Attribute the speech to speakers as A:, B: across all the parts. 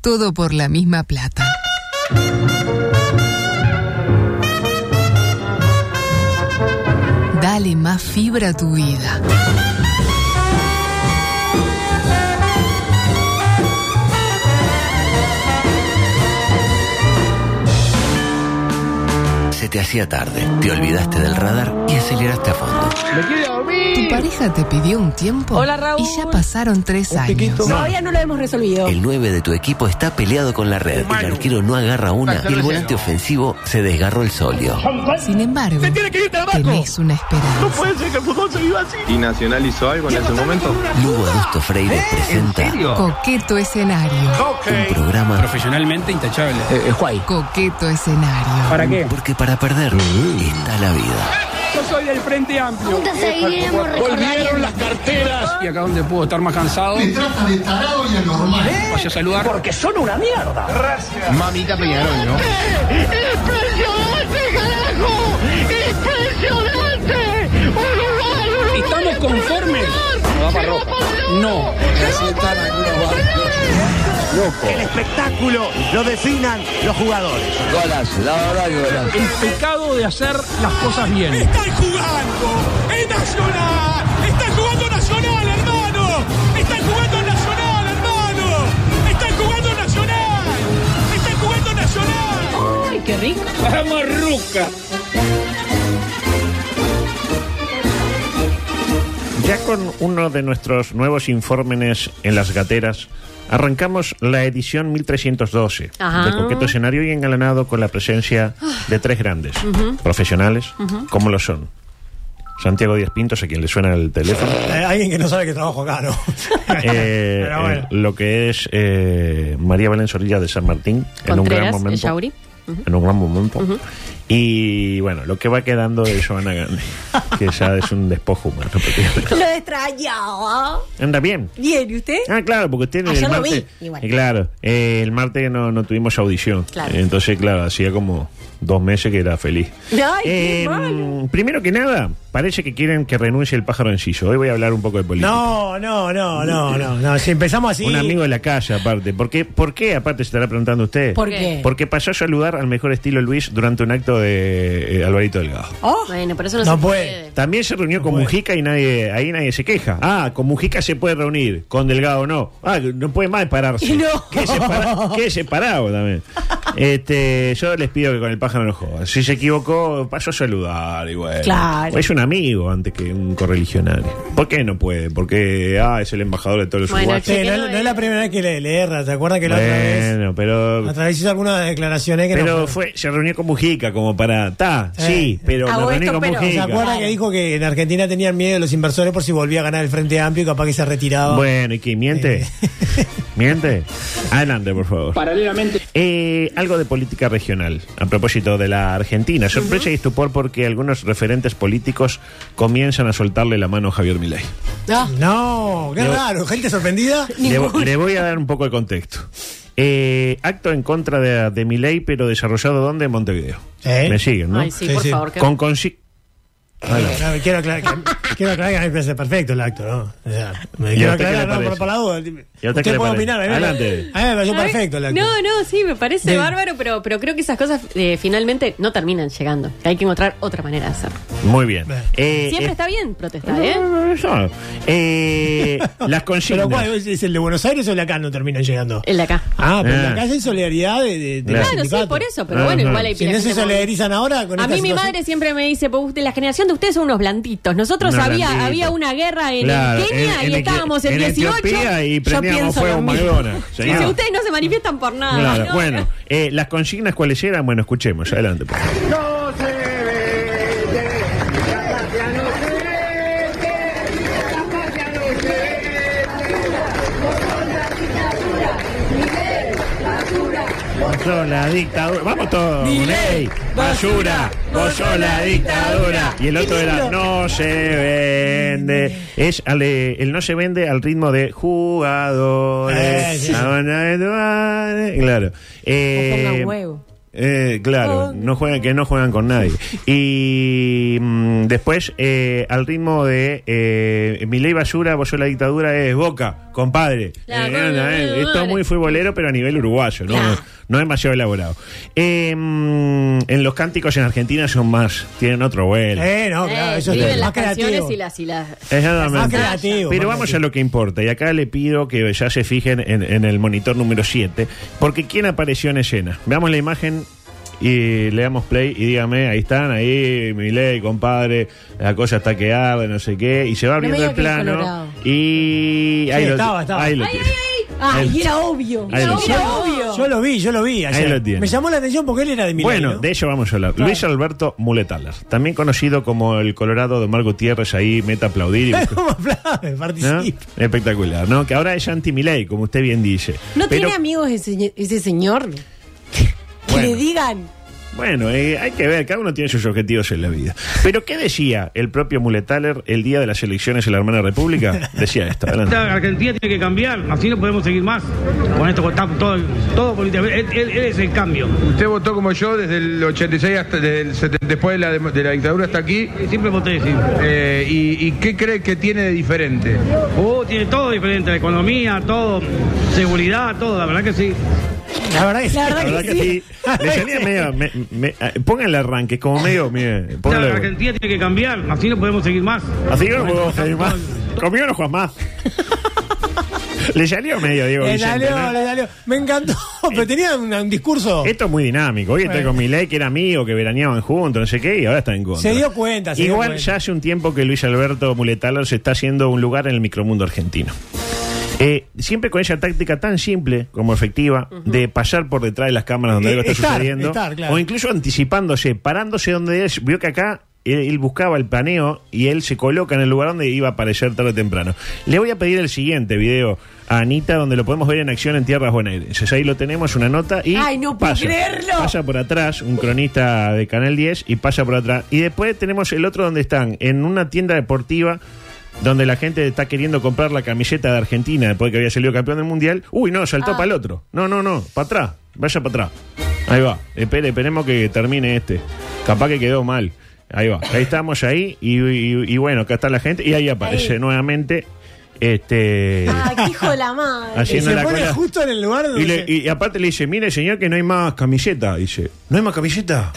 A: Todo por la misma plata. Dale más fibra a tu vida.
B: Se te hacía tarde, te olvidaste del radar y aceleraste a fondo.
A: Tu pareja te pidió un tiempo
C: Hola, Raúl.
A: y ya pasaron tres años.
C: Todavía no lo hemos resolvido.
B: El 9 de tu equipo está peleado con la red, el arquero no agarra una y el volante ofensivo se desgarró el solio.
A: Sin embargo, tenés una esperanza.
D: ¿Y Nacional hizo algo en ese momento?
B: Lugo Augusto
E: ¿Eh?
B: Freire presenta
A: Coqueto escenario.
B: un programa
F: Profesionalmente intachable.
E: Eh,
A: Coqueto escenario.
F: ¿Para qué?
B: porque para perder
E: Mm.
B: está la vida.
F: Yo soy del Frente Amplio.
G: Juntas
H: Eh,
G: seguiremos recordando.
F: Y acá donde puedo estar más cansado. Me trata de tarado y anormal. Vaya a saludar. Porque
D: Mamita Peñarol, ¿no?
G: ¡Impresionante, carajo! ¡Impresionante! ¡Uruguay,
F: estamos conformes. No da para ropa. No.
E: El espectáculo lo definan los jugadores.
F: El pecado de hacer las cosas bien.
I: ¡Están jugando! ¡Es Nacional! ¡Están jugando Nacional, hermano! ¡Están jugando Nacional, hermano! ¡Están jugando Nacional! ¡Están jugando Nacional!
C: Ay, qué rico.
F: Vamos, Ruca.
J: Ya con uno de nuestros nuevos informes en las gateras, arrancamos la edición 1312
C: Ajá.
J: de Coqueto Escenario y engalanado con la presencia de tres grandes profesionales, como lo son Santiago Díaz Pintos, a quien le suena el teléfono,
E: Eh, alguien que no sabe que trabajo acá, ¿no?
J: eh,
E: Pero bueno.
J: eh, lo que es eh, María Belén Sorilla de San Martín, en un gran
C: Contreras, el
J: momento.
C: Yauri.
J: En un gran momento. Y bueno, lo que va quedando de Joana Gandhi, que ya es un despojo humano. porque-
C: Lo extrañaba.
J: Anda bien.
C: Bien, ¿y usted?
J: Ah, claro, porque usted
C: Ah,
J: el
C: yo lo vi,
J: martes.
C: igual.
J: eh, claro, eh, el martes no, no tuvimos audición.
C: Claro.
J: Eh, Entonces, claro, hacía como dos meses que era feliz. Em,
C: Ay, qué malo.
J: primero que nada, parece que quieren que renuncie el pájaro Enciso. Hoy voy a hablar un poco de política.
E: No, no, no, no, no, no. Si empezamos así.
J: Un amigo de la calle, aparte. ¿Por qué, ¿Por qué, aparte, se estará preguntando usted?
C: ¿Por qué?
J: Porque pasó a saludar al mejor estilo Luis durante un acto de eh, Alvarito Delgado.
E: Oh,
C: Bueno, pero eso no,
E: no
C: se
E: puede.
J: También se reunió con Mujica y nadie, ahí nadie se queja. Ah, con Mujica se puede reunir, con Delgado no. Ah, no puede más pararse.
C: Y no.
J: Qué, separa- qué separado también. Este, yo les pido que con el pájaro no jodan. Si se equivocó, paso a saludar y bueno.
C: Claro.
J: Es un amigo antes que un correligionario. ¿Por qué no puede? Porque ah, es el embajador de todos los
C: Bueno,
J: uruguayos.
E: Sí, no, eh, no es la primera vez que le, le erra. ¿Se acuerdan que la otra vez?
J: Bueno, pero
E: Otra vez hizo algunas declaraciones que
J: pero
E: no.
J: fue se reunió con Mujica como para ta,
E: Eh.
J: sí, pero
C: Ah,
J: me
C: vos
J: reuní
C: esto,
J: con
C: pero-
E: ¿Se
J: Mujica.
E: acuerdan que dijo que en Argentina tenían miedo de los inversores por si volvía a ganar el Frente Amplio y capaz que se retiraba?
J: Bueno, ¿y qué? ¿Miente? ¿Miente? Adelante, por favor.
F: Paralelamente.
J: Eh, algo de política regional, a propósito de la Argentina. Sorpresa y estupor porque algunos referentes políticos comienzan a soltarle la mano a Javier Milei.
C: Ah.
E: No, qué
J: Yo-
E: raro. Gente sorprendida.
J: Le, vo- le voy a dar un poco de contexto. Eh, acto en contra de, de Milei, pero desarrollado ¿dónde? En Montevideo.
E: ¿Eh?
J: Me siguen, ¿no?
C: Ay, sí,
E: Sí,
C: por
E: sí.
C: favor. que-
J: Con consi-
E: No, me quiero aclarar que, quiero aclarar que a mí me parece perfecto el acto, ¿no? O sea, me
J: ¿Y
E: quiero
J: a usted qué le
E: aclarar, no,
J: parece?
E: por, por la duda.
J: qué
E: Usted
J: le
E: puede
J: parece?
E: opinar, a mí me-
J: Adelante.
E: A mí me pareció
C: ¿Sabes?
E: perfecto el acto.
C: No, no, sí, me parece
E: De-
C: bárbaro, pero, pero creo que esas cosas eh, finalmente no terminan llegando. Hay que encontrar otra manera de hacerlo.
J: Muy bien.
E: Bien.
J: Eh,
C: Siempre
J: eh,
C: está bien protestar, ¿eh?
J: no, eh, las consignas.
E: Pero ¿cuál es el de Buenos Aires o el de acá no terminan llegando?
C: El de acá.
E: Ah, pero el de
J: Ah.
E: acá es en solidaridad de, de,
J: Claro.
E: de los
C: Claro, sí,
E: sindicatos.
C: por eso, pero
J: Ah,
C: bueno,
J: ah.
C: igual hay
E: Si no
C: pila
E: se
C: de gente más-
E: solidarizan ahora con
C: A
E: esta
C: mí mi
E: situación-
C: madre siempre me dice, "Pues usted- la generación de ustedes son unos blanditos. Nosotros
J: Unos
C: había,
J: blanditos.
C: había una guerra en
J: Claro,
C: Kenia
J: en-
C: y
J: en
C: estábamos
J: Ethi-
C: en,
J: en
C: 18.
J: Etiopía y prendíamos
C: pienso
J: fuego
C: lo
J: en
C: mismo.
J: McDonald's, señor.
C: Dice, ustedes no se manifiestan por nada.
J: Claro,
C: No,
J: bueno, eh, las consignas cuáles eran, bueno, escuchemos, adelante. por favor. Vos sos la dictadura, vamos todos. Ley, basura, vos sos la dictadura. Y el otro era no se vende. Es al, eh, el no se vende al ritmo de jugadores.
E: Eh, sí.
J: Ahora, eh, Claro. Eh,
C: pongan huevo.
J: Eh, claro, no juegan, que no juegan con nadie. Y mm, después, eh, al ritmo de eh, mi ley basura, vos la dictadura, es Boca, compadre.
C: Claro,
J: Eh,
C: con-
J: anda, eh,
C: con-
J: es todo muy futbolero, pero a nivel uruguayo, no,
C: Claro.
J: no demasiado elaborado. Eh, mm, en los cánticos en Argentina son más, tienen otro vuelo.
E: Eh, no, claro, eso
C: viven
E: es
C: las
E: más
C: canciones
E: creativo.
C: y las, y las-
J: Exactamente.
E: Más creativo,
J: Pero
E: más
J: vamos
E: creativo.
J: a lo que importa. Y acá le pido que ya se fijen en, en el monitor número 7. Porque ¿quién apareció en escena? Veamos la imagen y le damos play y dígame, ahí están, ahí Milei, compadre, la cosa está que arde, no sé qué. Y se va abriendo
K: me
J: el
K: diga que es
J: plano.
K: colorado.
J: Y ahí
E: Sí,
J: lo
E: estaba, estaba.
J: ahí lo
C: ¡Ay,
J: tiene.
C: ay, ay!
K: Ay,
J: Ahí-
K: Ah, era obvio.
J: ahí lo tiene.
K: Era obvio.
E: Yo lo vi, yo lo vi. ayer.
J: Ahí lo tiene.
E: Me llamó la atención porque él era de mi
J: Bueno, de ello vamos a hablar. Luis Alberto Muletaler, también conocido como el Colorado de Omar Gutiérrez, ahí meta aplaudir y
E: ¿Cómo aplaude?
J: ¿no?
E: Participa.
J: Espectacular, ¿no? Que ahora es anti-Milei, como usted bien dice.
K: ¿No
J: Pero,
K: tiene amigos ese, ese señor? Que
J: Bueno.
K: le digan.
J: Bueno, eh, hay que ver, cada uno tiene sus objetivos en la vida. Pero, ¿qué decía el propio Muletaler el día de las elecciones en la hermana República? Decía esto, adelante.
F: Argentina tiene que cambiar, así no podemos seguir más. Con esto contamos todo, todo políticamente. Él, él- él es el cambio.
D: Usted votó como yo desde el 86 hasta desde el 70 después de la, dem- de la dictadura hasta aquí.
F: Siempre voté, sí.
D: Eh, y, y qué cree que tiene de diferente?
F: Oh, tiene todo diferente, la economía, todo, seguridad, todo, la verdad que sí.
E: La verdad que sí.
K: La
J: La
K: verdad
J: verdad que sí. Le salía medio. me- me- ah, ponga el arranque, es como medio. mire,
F: La
J: póngalo.
F: Argentina tiene que cambiar, así no podemos seguir más.
J: Así que no podemos salir más. Conmigo no juegas más. Le salió medio, Diego.
E: Le
J: Vicente,
E: salió,
J: ¿no?
E: le salió. Me encantó, pero tenía un, un discurso.
J: Esto es muy dinámico. Hoy estoy
E: Bueno.
J: con Milei, que era amigo, que veraneaban juntos, no sé qué, y ahora está en contra.
E: Se dio cuenta, se dio
J: Igual
E: cuenta.
J: ya hace un tiempo que Luis Alberto Muletalar se está haciendo un lugar en el micromundo argentino. Eh, siempre con esa táctica tan simple como efectiva de pasar por detrás de las cámaras donde
E: Eh,
J: algo está
E: estar,
J: sucediendo,
E: estar, claro.
J: o incluso anticipándose, parándose donde es. Vio que acá él, él buscaba el paneo y él se coloca en el lugar donde iba a aparecer tarde o temprano. Le voy a pedir el siguiente video a Anita, donde lo podemos ver en acción en Tierras Bonaerenses. Ahí lo tenemos, una nota. Y
K: Ay, no puedo
J: pasa,
K: creerlo.
J: Pasa por atrás, un cronista de Canal 10, y pasa por atrás. Y después tenemos el otro donde están, en una tienda deportiva. Donde la gente está queriendo comprar la camiseta de Argentina después de que había salido campeón del mundial. Uy, no,
E: Ah.
J: saltó para el otro. No, no, no, para atrás. Vaya para atrás. Ahí va. Espere, esperemos que termine este. Capaz que quedó mal. Ahí va. Ahí estamos ahí. Y, y- y bueno, acá está la gente. Y ahí aparece nuevamente. Este.
K: Ay, qué hijo de la madre.
E: Ah, Y
J: haciendo
E: se
J: la
E: pone
J: cola.
E: justo en el lugar donde.
J: Y, le- y- y aparte le dice, mire señor que no hay más camiseta. Dice, ¿no hay más camiseta?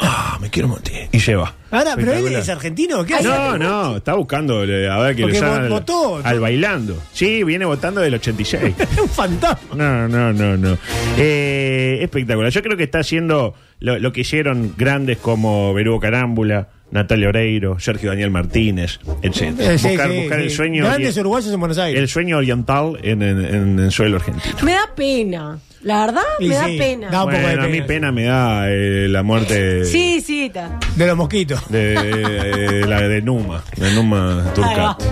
J: Ah, me quiero montar. Y se va.
E: Ahora, pero él
J: Espectacular.
E: es argentino, o ¿qué hace?
J: No, no, está buscando eh, a ver que
E: Porque
J: le salga
E: vo-
J: al-
E: votó.
J: al bailando. Sí, viene votando del 86.
E: Es un fantasma.
J: No, no, no, no. Eh, espectacular. Yo creo que está haciendo lo, lo que hicieron grandes como Berugo Carámbula, Natalia Oreiro, Sergio Daniel Martínez, etc.
E: Eh, sí,
J: buscar
E: sí,
J: buscar el
E: sí.
J: sueño
E: Grandes
J: ori-
E: uruguayos en Buenos Aires.
J: el sueño oriental en, en- en el suelo argentino.
K: Me da pena. La verdad,
E: Y
K: me da
E: sí,
K: pena.
E: da un poco de
J: Bueno, a mí
E: pena.
J: pena me da eh, la muerte
K: Sí, sí, está.
E: De los mosquitos.
J: de, eh, la de Numa, de Numa Turcat.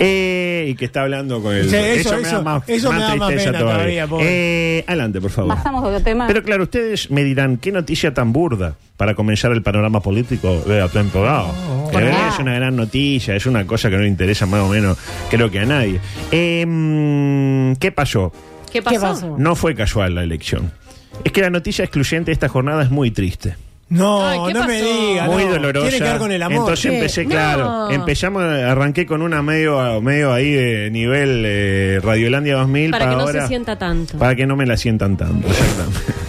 J: Eh, y que está hablando con el...
E: Sí, eso,
J: me da
E: eso,
J: más,
E: eso
J: más
E: me da más
J: tristeza
E: pena todavía, pobre.
J: eh, adelante, por favor.
G: a otro tema.
J: Pero claro, ustedes me dirán, ¿qué noticia tan burda para comenzar el panorama político de la temporada?
E: Oh,
J: Que
K: Por
J: verdad
K: nada.
J: es una gran noticia, es una cosa que no le interesa más o menos, creo que a nadie. Em, ¿Qué pasó?
C: ¿Qué pasó?
K: pasó?
J: No fue casual la elección. Es que la noticia excluyente de esta jornada es muy triste.
E: No,
C: Ay, ¿qué
E: no me
C: pasó?
E: diga.
J: Muy
E: no.
J: dolorosa.
E: Tiene que ver con el amor.
J: Entonces
K: Sí.
J: empecé,
K: No.
J: claro. Empezamos, arranqué con una medio, medio ahí de nivel eh, Radiolandia 2000.
C: Para
J: Para,
C: que no
J: ahora-
C: se sienta tanto.
J: Para que no me la sientan tanto, exactamente.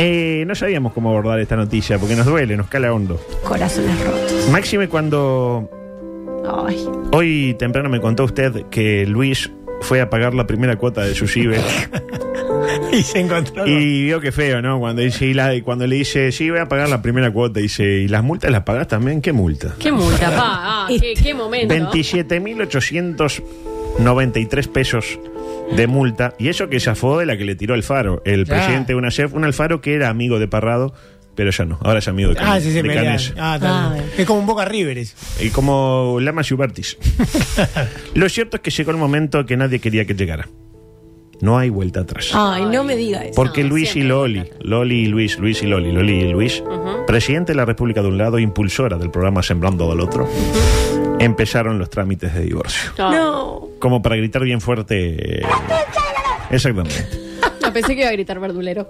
J: Eh, no sabíamos cómo abordar esta noticia porque nos duele, nos cala hondo.
K: Corazones rotos.
J: Máxime, cuando
K: Ay.
J: hoy temprano me contó usted que Luis fue a pagar la primera cuota de sus IBE.
E: y se encontró.
J: Y vio que feo, ¿no? Cuando dice y la- y cuando le dice, sí, voy a pagar la primera cuota, dice, ¿y las multas las pagás también? ¿Qué multa?
C: Qué multa, pa. Ah, qué,
K: Este-
C: qué momento.
J: 27.893 pesos de multa. Y eso que zafó de la que le tiró Alfaro, el
E: Ya.
J: presidente de una chef, un Alfaro que era amigo de Parrado. Pero ya no, ahora es amigo de, Can-
E: ah, sí, se
J: de
E: pelean.
J: Canes.
E: Ah, está bien. Es como un Boca Riveres.
J: Y como Lama Ubertis. Lo cierto es que llegó el momento que nadie quería que llegara. No hay vuelta atrás.
K: Ay, no me diga eso.
J: Porque
C: No,
J: Luis y
C: siempre hay
J: Loli, Loli y Luis, Luis y Loli, Loli y Luis, presidente de la República de un lado, impulsora del programa Sembrando del otro, empezaron los trámites de divorcio.
C: No.
K: No.
J: Como para gritar bien fuerte. eh, Exactamente.
C: No, pensé que iba a gritar verdulero.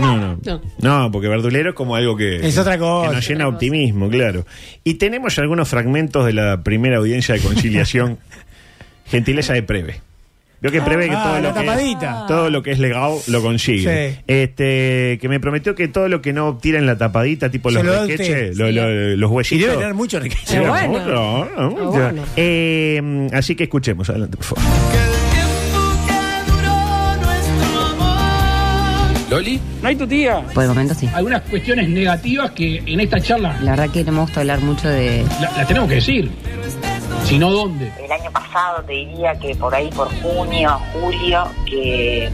J: No, no.
C: No.
J: No, porque verdulero es como algo que.
E: Es otra cosa.
J: Que nos llena de optimismo, claro. Y tenemos algunos fragmentos de la primera audiencia de conciliación. gentileza de Preve. Veo que Preve que
E: Ah,
J: todo
E: la
J: lo que,
E: tapadita.
J: es, todo lo que es legado lo consigue.
E: Sí.
J: Este, que me prometió que todo lo que no tira en la tapadita, tipo
E: Se
J: los
E: lo da usted.
J: requeches, lo- lo- los
E: Y
J: huesitos.
E: debe tener mucho
J: Sí,
E: riqueza.
K: Pero bueno.
J: bueno, bueno.
C: Pero bueno.
J: Eh, así que escuchemos, adelante, por favor.
F: ¿Loli? Ay, tu tía.
A: Por el momento sí.
F: Algunas cuestiones negativas que en esta charla
A: La verdad que no me gusta hablar mucho de...
F: la, la tenemos que decir. Si no, ¿dónde?
H: El año pasado te diría que por ahí, por junio, julio, que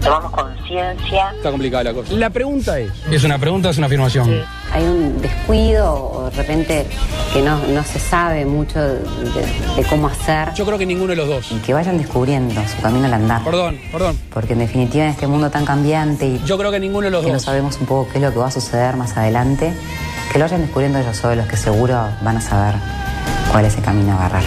H: tomamos conciencia.
F: Está complicada la cosa. La pregunta es. Es una pregunta, es una afirmación.
H: Hay un descuido o de repente que no, no se sabe mucho de, de cómo hacer.
F: Yo creo que ninguno de los dos.
H: Y que vayan descubriendo su camino al andar.
F: Perdón, perdón.
H: Porque en definitiva en este mundo tan cambiante y
F: Yo creo que ninguno de los
H: que no
F: dos.
H: sabemos un poco qué es lo que va a suceder más adelante, que lo vayan descubriendo ellos solos, que seguro van a saber cuál es el camino a agarrar.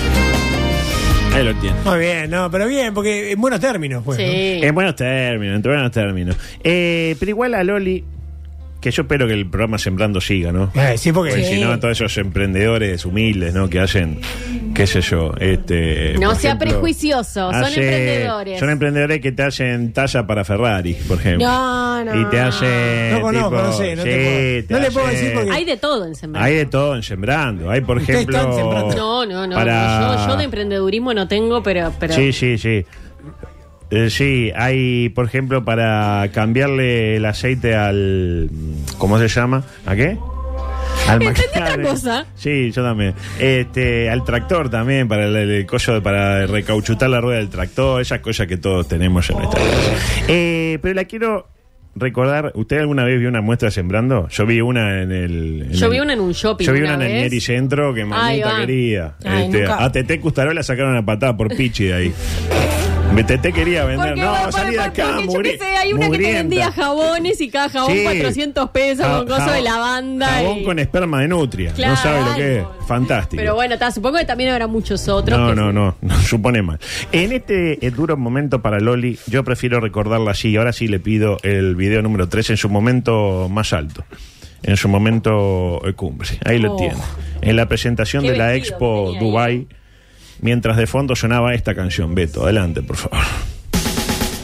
J: Ahí lo tiene.
E: Muy bien, no, pero bien, porque en buenos términos, pues. ¿no?
C: Sí.
J: En buenos términos, en buenos términos. Eh, pero igual a Loli, que yo espero que el programa Sembrando siga, ¿no?
E: Eh, sí, porque.
J: Porque si no, todos esos emprendedores humildes, ¿no? Que hacen, qué sé yo, este...
C: No
J: por
C: sea
J: ejemplo,
C: prejuicioso, son emprendedores.
J: Son emprendedores que te hacen talla para Ferrari, por ejemplo.
K: No, no.
J: Y te hacen...
E: No conozco,
J: tipo,
E: no sé, no
J: sí,
E: te puedo-
J: te
E: no le puedo
J: hacen-
E: decir porque-
C: Hay de todo en Sembrando.
J: Hay de todo en Sembrando. Hay, por
E: Ustedes
J: ejemplo...
E: están sembrando.
C: No, no, no.
J: para-
C: Yo, yo de emprendedurismo no tengo, pero. pero
J: Sí, sí, sí. Eh, sí, hay, por ejemplo, para cambiarle el aceite al. ¿Cómo se llama? ¿A qué? Al
C: Entendí otra
J: maquinario.
C: cosa.
J: Sí, yo también. Este, al tractor también, para el, el coso de- para recauchutar la rueda del tractor, esas cosas que todos tenemos en nuestra casa. Eh, pero la quiero recordar, ¿usted alguna vez vio una muestra sembrando? Yo vi una en el. en
C: Yo
J: el-
C: vi una en un shopping
J: Yo vi
C: una
J: una, en el
C: vez.
J: Neri Centro que
C: Ahí
J: mamita
C: va.
J: quería.
K: Ay,
J: Este,
K: nunca.
J: a Tete Custarola sacaron una patada por Pichi de ahí. Tete quería vender.
C: Porque,
J: No,
C: bueno,
J: salí de
C: porque-
J: acá,
C: porque yo
J: mugri-
C: qué sé, hay una que te
J: mugrienta.
C: vendía jabones y cada jabón
J: Sí.
C: 400 pesos
J: Ja-
C: con coso
J: jabón-
C: de lavanda.
J: Jabón
C: y-
J: con esperma de nutria.
C: Claro,
J: no sabe lo que es.
C: algo.
J: Fantástico.
C: Pero bueno, ta, supongo que también habrá muchos otros.
J: No,
C: que-
J: no, no, no, supone mal. En este eh, duro momento para Loli, yo prefiero recordarla así. Ahora sí le pido el video número 3 en su momento más alto, en su momento eh, cumbre. Ahí lo
C: Oh.
J: tiene. En la presentación
C: Qué
J: de la
C: vestido que
J: Expo
C: tenía ahí. ¿eh?
J: Dubai, mientras de fondo sonaba esta canción. Beto, adelante, por favor.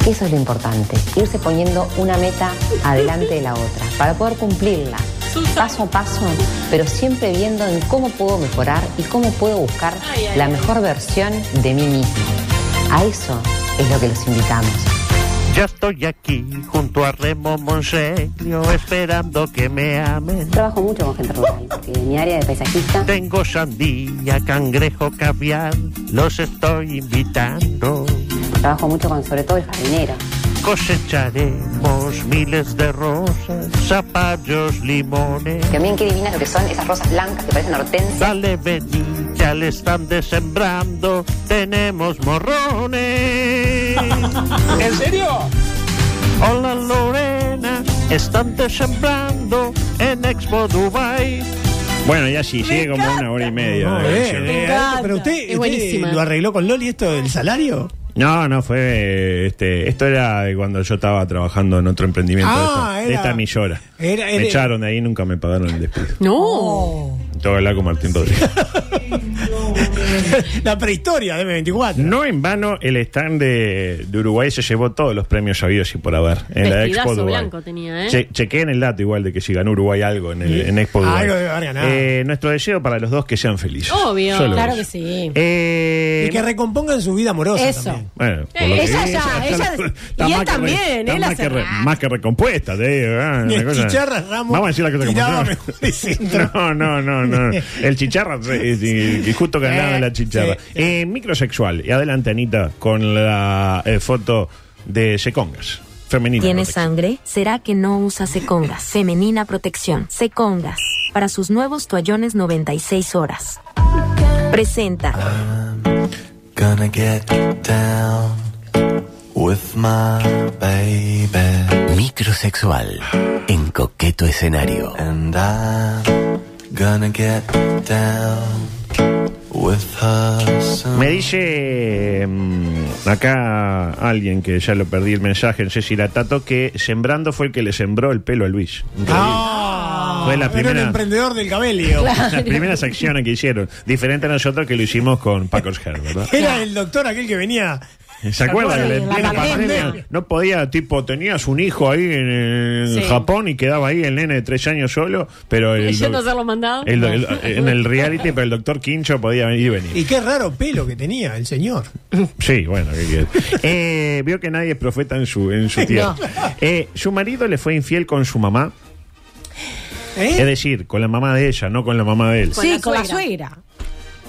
H: Eso es lo importante, irse poniendo una meta adelante de la otra para poder cumplirla, paso a paso, pero siempre viendo en cómo puedo mejorar y cómo puedo buscar
C: Ay, ay,
H: la
C: ay.
H: mejor versión de mí mismo. A eso es lo que los invitamos.
B: Ya estoy aquí junto a Remo Monseño esperando que me amen.
H: Trabajo mucho con gente rural, porque mi área de paisajista
B: Tengo sandía, cangrejo, caviar, los estoy invitando.
H: trabajo mucho con sobre todo el jardinero.
B: Cosecharemos miles de rosas, zapallos, limones.
H: También qué divinas lo que son esas rosas blancas que parecen hortensias.
B: Dale, ya le están desembrando, tenemos morrones.
F: ¿En serio?
B: Hola Lorena, están desembrando en Expo Dubai. eh,
J: Bueno, ya sí, sigue como una hora y media.
E: No,
J: la
E: bien,
J: canción.
E: bien.
K: encanta.
E: Pero usted,
K: Es
E: usted
C: buenísima.
E: lo arregló con Loli esto del salario.
J: No, no, fue. Este, esto era de cuando yo estaba trabajando en otro emprendimiento de esta-
E: Ah,
J: de
E: era-
J: esta millora.
E: era- era-
J: me echaron de ahí y nunca me pagaron el despido.
C: No.
J: Tengo que hablar con Martín Rodríguez.
E: la prehistoria de M24.
J: No en vano, el stand de, de Uruguay se llevó todos los premios sabidos y por haber. En la
C: Vestidazo
J: Expo Dubai.
C: blanco tenía, ¿eh?
J: Che- chequeen el dato igual de que si ganó Uruguay algo en, el, en Expo
E: Ah,
J: Dubai.
E: algo debe haber ganado.
J: Eh, nuestro deseo para los dos que sean felices.
C: Obvio.
J: Solo
K: Claro
J: eso.
K: que sí.
J: Eh,
E: Y que recompongan su vida amorosa
K: Eso.
E: también.
J: bueno, por
C: Eh,
J: lo que
K: ella
J: vi,
K: ya, ella-
J: está- está
K: y él
J: más que re-
K: también,
J: está
K: él
J: más,
K: hace
J: que re-
K: nada.
J: más que recompuesta, te digo. ah,
E: Ni
J: una
E: el
J: cosa-
E: Chicharra Ramos
J: Vamos a decir la cosa como
E: tiraba
J: son.
E: mejores centros.
J: No, no, no, no. El chicharra, sí, sí, y justo ganaba
E: Eh,
J: la chicharra.
E: sí, sí.
J: Eh, microsexual. Y adelante, Anita, con la eh, foto de Secongas. Femenina.
H: ¿Tiene
J: protección.
H: sangre? ¿Será que no usa Secongas? Femenina protección. Secongas. Para sus nuevos toallones 96 horas. Presenta.
B: Gonna get down with my baby. Microsexual en coqueto escenario. And I'm gonna get down
J: Me dice mm, acá alguien que ya lo perdí el mensaje, no sé si era Tato, que sembrando fue el que le sembró el pelo a Luis. Increíble.
E: Ah,
J: Fue Ah. la
E: Era un
J: primera-
E: emprendedor del cabello.
J: Las primeras acciones que hicieron. Diferente a nosotros que lo hicimos con Packers Hair, ¿verdad?
E: Era el doctor aquel que venía.
J: ¿Se acuerdan?
E: acuerdan?
J: Que en
E: La
J: plena
E: pandemia.
J: pandemia No podía, tipo, tenías un hijo ahí en, en
C: Sí.
J: Japón y quedaba ahí el nene de tres años solo, pero el,
C: Yendo a
J: doc-
C: hacerlo mandado.
J: el do- el- en el reality, pero el doctor Quincho podía ir y venir.
E: Y qué raro pelo que tenía el señor.
J: Sí, bueno, ¿qué quieres? Eh, vio que nadie es profeta en su, en su tierra. Eh, su marido le fue infiel con su mamá,
E: ¿Eh?
J: es decir, con la mamá de ella, no con la mamá de él.
K: sí, con la suegra.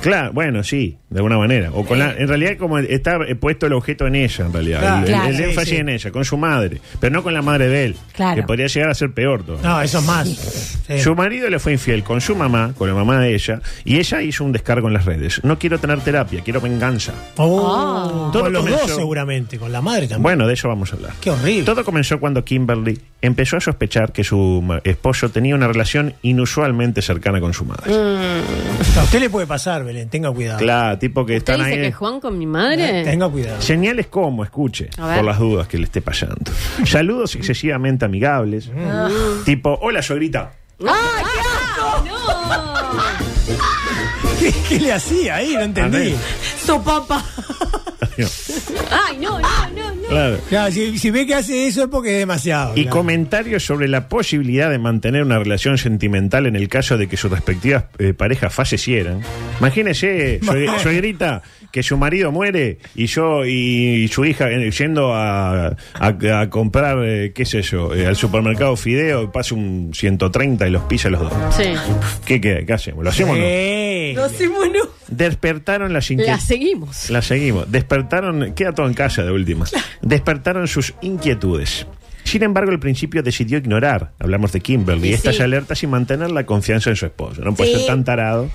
J: Claro, bueno, sí, de alguna manera. O con la, en realidad como está eh, puesto el objeto en ella, en realidad.
E: Claro.
J: el, el-
K: Claro.
J: el
K: Sí,
J: énfasis
E: sí.
J: en ella, con su madre, pero no con la madre de él,
K: Claro.
J: que podría llegar a ser peor todavía.
E: No, eso es más. Sí.
J: Su marido le fue infiel con su mamá, con la mamá de ella, y ella hizo un descargo en las redes. No quiero tener terapia, quiero venganza.
C: Ah.
K: Mm.
E: Oh,
J: Todo
E: Con los
J: comenzó-
E: dos seguramente, con la madre también.
J: Bueno, de eso vamos a hablar.
E: Qué horrible.
J: Todo comenzó cuando Kimberly empezó a sospechar que su ma- esposo tenía una relación inusualmente cercana con su madre.
E: A Mm. usted le puede pasar, Belén, tenga cuidado.
J: Claro, tipo que
C: ¿Usted
J: están
C: dice
J: ahí.
C: que Juan con mi madre?
E: Tenga cuidado.
J: Señales como, escuche,
C: A ver.
J: por las dudas que le esté pasando. Saludos excesivamente
C: Mm.
J: amigables. Tipo, hola, suegrita.
C: ¡Ah, qué asco!
E: ¿Qué, qué le hacía ahí? No entendí.
J: Amén.
K: Sopapa.
C: ¡No! ¡Ay, no, no, no! no.
J: Claro.
E: Claro, si, si ve que hace eso es porque es demasiado.
J: Y
E: claro.
J: comentarios sobre la posibilidad de mantener una relación sentimental en el caso de que sus respectivas eh, parejas fallecieran. Imagínese, sueg- suegrita, que su marido muere y yo y su hija eh, yendo a, a- a comprar, eh, qué sé yo, eh, al supermercado Fideo, pasa un 130 y los pisa a los dos.
C: Sí.
J: ¿Qué, qué, qué hacemos? ¿Lo hacemos o no?
E: Sí.
K: No sé, bueno.
J: Despertaron las
C: La
J: inquietudes.
C: seguimos.
J: La seguimos. Despertaron, queda todo en casa de última. Despertaron sus inquietudes. Sin embargo, al principio decidió ignorar, hablamos de Kimberly,
C: Y
J: estas
C: sí.
J: alertas y mantener la confianza en su esposo. No puede
K: Sí.
J: ser tan tarado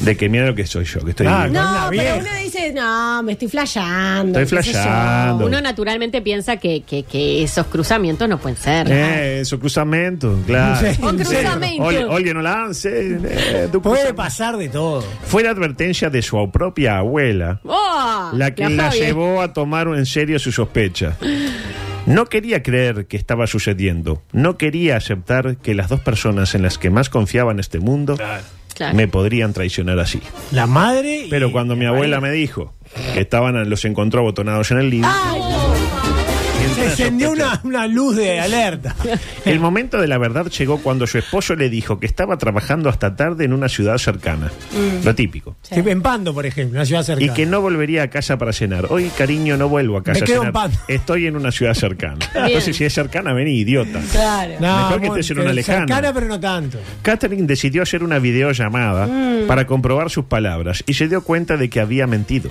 J: de que mira lo que soy yo, que estoy,
E: Ah, Con la
K: No, pero
E: vieja.
K: uno dice, no, me estoy flasheando.
J: estoy Eh,
K: qué sé yo.
J: flasheando.
C: Uno naturalmente piensa que, que, que esos cruzamientos no pueden ser.
J: Eh, su cruzamento, claro.
E: Sí, O sí.
C: cruzamento.
J: Oye, oye, no la lance. eh, tu
E: Puede
J: cruzamento.
E: pasar de todo.
J: Fue la advertencia de su propia abuela,
C: ¡Oh!
J: la que la
C: Javi.
J: llevó a tomar en serio su sospecha. No quería creer que estaba sucediendo. No quería aceptar que las dos personas en las que más confiaba en este mundo
C: Claro.
J: me podrían traicionar así.
E: La madre. y-
J: Pero cuando mi abuela me dijo que estaban los encontró abotonados en el living,
E: Se encendió una, una luz de alerta.
J: el momento de la verdad llegó cuando su esposo le dijo que estaba trabajando hasta tarde en una ciudad cercana. Lo típico.
E: Sí, En Pando, por ejemplo, una ciudad cercana.
J: Y que no volvería a casa para cenar. Hoy, cariño, no vuelvo a casa
E: Me quedo
J: a
E: en
J: cenar.
E: pan.
J: Estoy en una ciudad cercana. Entonces, si es cercana, vení, idiota.
K: Claro.
J: Mejor que
E: muy-
J: estés en una lejana.
E: Cercana, pero no tanto.
J: Catherine decidió hacer una videollamada para comprobar sus palabras y se dio cuenta de que había mentido,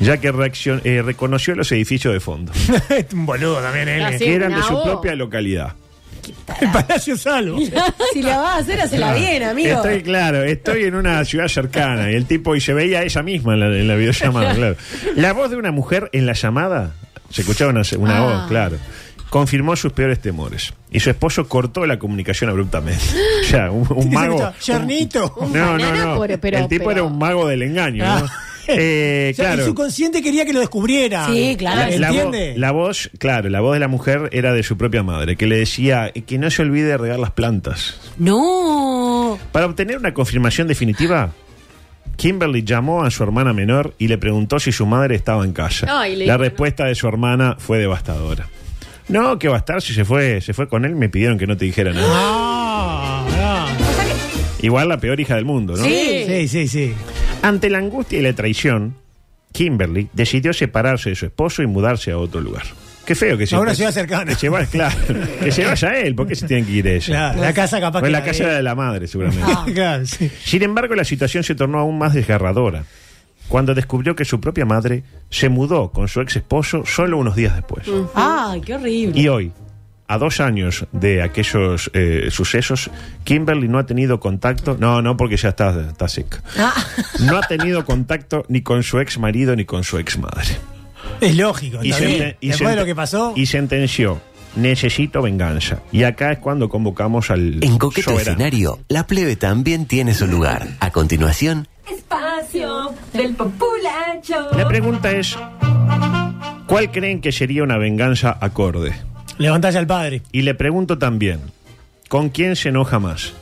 J: ya que reaccion- eh, reconoció los edificios de fondo,
E: Es un boludo también él.
C: Así.
E: eh.
C: Sí,
J: que eran de su
C: bravo.
J: propia localidad.
E: El Palacio Salvo.
K: Si la vas a hacer, hacela bien, amigo.
J: Estoy claro, estoy en una ciudad cercana y el tipo y se veía a ella misma en la, en la videollamada, claro. La voz de una mujer en la llamada, se escuchaba una, una
C: Ah.
J: voz, claro. Confirmó sus peores temores y su esposo cortó la comunicación abruptamente. O sea, un, un mago.
E: Chernito.
C: Un
J: No, no,
C: banana,
J: no.
C: por- pero-
J: el tipo
C: pero-
J: era un mago del engaño. ¿no?
E: Ah.
J: Eh,
E: O sea,
J: claro.
E: El subconsciente quería que lo descubriera.
K: Sí, claro.
J: La, vo-
E: ¿Entiende?
J: la voz, claro, la voz de la mujer era de su propia madre, que le decía eh, que no se olvide de regar las plantas.
K: No.
J: Para obtener una confirmación definitiva, Kimberly llamó a su hermana menor y le preguntó si su madre estaba en casa.
C: No, y le
J: la
C: dijo,
J: respuesta de su hermana fue devastadora. No, que va a estar si se fue, se fue con él, me pidieron que no te dijera nada.
E: Ah, ah.
J: Igual la peor hija del mundo, ¿no?
C: Sí.
E: Sí, sí, sí.
J: Ante la angustia y la traición, Kimberly decidió separarse de su esposo y mudarse a otro lugar. Qué feo que se
E: A una ciudad cercana.
J: Que se vaya, claro, que se vaya él, ¿por qué se tienen que ir ella?
E: Claro, la casa capaz
J: Pues
E: que
J: la
E: la
J: casa
E: de-
J: era de la madre, seguramente.
E: Claro, sí.
J: Sin embargo, la situación se tornó aún más desgarradora cuando descubrió que su propia madre se mudó con su ex esposo solo unos días después.
K: Ay, qué horrible.
J: Y hoy, a dos años de aquellos eh, sucesos, Kimberly no ha tenido contacto. No, no, porque ya está, está seca.
K: Ah.
J: No ha tenido contacto ni con su ex marido ni con su ex madre.
E: Es lógico.
J: Y
E: está
J: senten-
E: bien.
J: y
E: Después de
J: senten-
E: lo que pasó.
J: Y sentenció. Necesito venganza. Y acá es cuando convocamos al.
B: En coqueto
J: soberano.
B: escenario, la plebe también tiene su lugar. A continuación,
K: Espacio
L: del populacho.
J: La pregunta es: ¿cuál creen que sería una venganza acorde?
E: Levantarse al padre.
J: Y le pregunto también: ¿con quién se enoja más?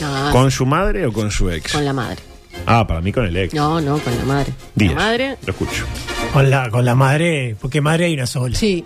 C: No,
J: ¿Con su madre o con su ex?
C: con la madre.
J: Ah, para mí con el ex.
C: No, no, con la madre.
J: Díaz,
C: La madre.
J: Lo escucho.
E: Con la, con la madre, porque madre hay una sola.
C: Sí.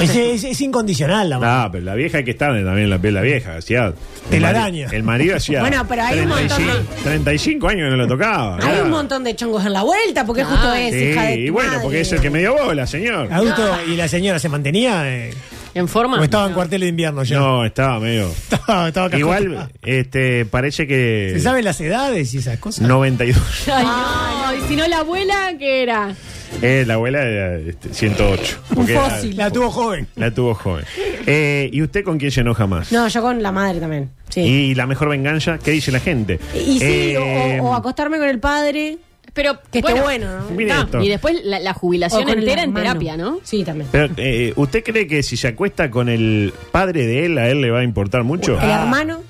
E: Es, es- es incondicional la madre.
J: Ah, pero la vieja que está también, la, la vieja, hacía. el mari-
E: Telaraña.
J: El marido hacía.
K: Bueno, pero hay un montón de-
J: 35 años que no lo tocaba.
K: Hay
J: ¿verdad?
K: un montón de chongos en la vuelta, porque justo
C: Ah.
K: es
J: Ah. Sí,
K: hija de.
J: y bueno, porque es el que me dio bola, señor.
E: Adulto, ¿y la señora se mantenía? eh?
C: ¿En forma?
E: ¿O estaba en cuartel de invierno ya?
J: No, estaba medio.
E: Estaba, estaba cascota.
J: Igual, este, parece que.
E: ¿Se saben las edades y esas cosas?
J: 92.
C: Ay, no, y si no, la abuela, ¿qué era?
J: Eh, la abuela era este, 108. porque era-
E: La tuvo joven.
J: la tuvo joven. Eh, ¿Y usted con quién se enoja más?
K: No, yo con la madre también. Sí.
J: ¿Y la mejor venganza? ¿Qué dice la gente?
K: Y, sí, o-
J: Eh,
K: o, o acostarme con el padre.
C: Pero
K: que esté bueno, ¿no?
J: mire
C: Ah,
J: esto.
C: y después la, la
K: O
C: jubilación
K: con el
C: entera en
K: hermano.
C: terapia, ¿no?
K: Sí, también.
J: Pero, eh, ¿Usted cree que si se acuesta con el padre de él, a él le va a importar mucho?
K: El hermano.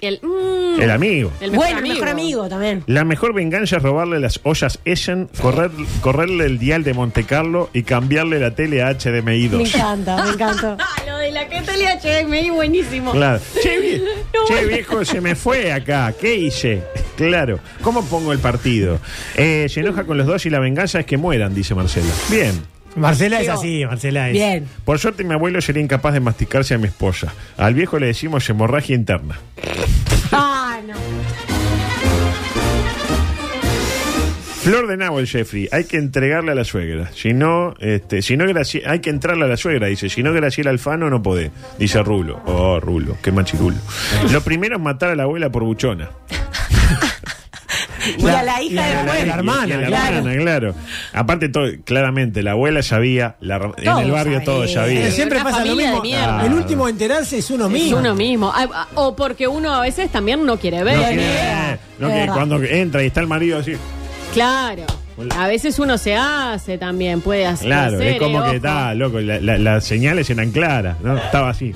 C: El, mm,
J: El amigo.
C: el mejor
K: bueno, el
C: amigo.
K: mejor amigo también.
J: La mejor venganza es robarle las ollas Essen, correr, correrle el dial de Monte Carlo y cambiarle la tele a HDMI
K: Me
J: 2.
K: encanta, me encanta.
C: Ah, lo de la que te le HMI, buenísimo.
J: Claro. Che, vie-
C: No,
J: che,
C: bueno.
J: viejo, se me fue acá. ¿Qué hice? Claro. ¿Cómo pongo el partido? Eh, se enoja con los dos y la venganza es que mueran, dice Marcela. Bien.
E: Marcela es así, Marcela es.
K: Bien.
J: Por suerte, mi abuelo sería incapaz de masticarse a mi esposa. Al viejo le decimos hemorragia interna.
K: Ah, no.
J: Flor de Nahuel, Jeffrey, hay que entregarle a la suegra. Si no, este, si no Graci- hay que entrarle a la suegra, dice. Si no Graciela Alfano, no podés. Dice Rulo. Oh, Rulo, qué machirulo. Lo primero es matar a la abuela por buchona.
K: Y a la hija de
E: la,
K: la
J: Y-
E: hermana.
J: y a la
E: claro.
J: hermana, claro. Aparte, todo, claramente, la abuela sabía, la her- en el
K: Todos
J: barrio todo
K: sabían.
J: sabía.
E: Pero siempre
C: Eh, Una
E: pasa lo
C: familia de
E: mismo.
C: mierda.
E: El último a enterarse es uno
C: Es
E: mismo.
C: uno mismo. Ah, ah, O porque uno a veces también no quiere ver.
J: No que- no que
K: verdad.
J: cuando entra y está el marido así.
C: Claro. A veces uno se hace también, puede hacer.
J: Claro, es
C: hacer,
J: como
C: eh,
J: que
C: ojo.
J: está, loco, la- la- las señales eran claras, ¿no? Estaba así.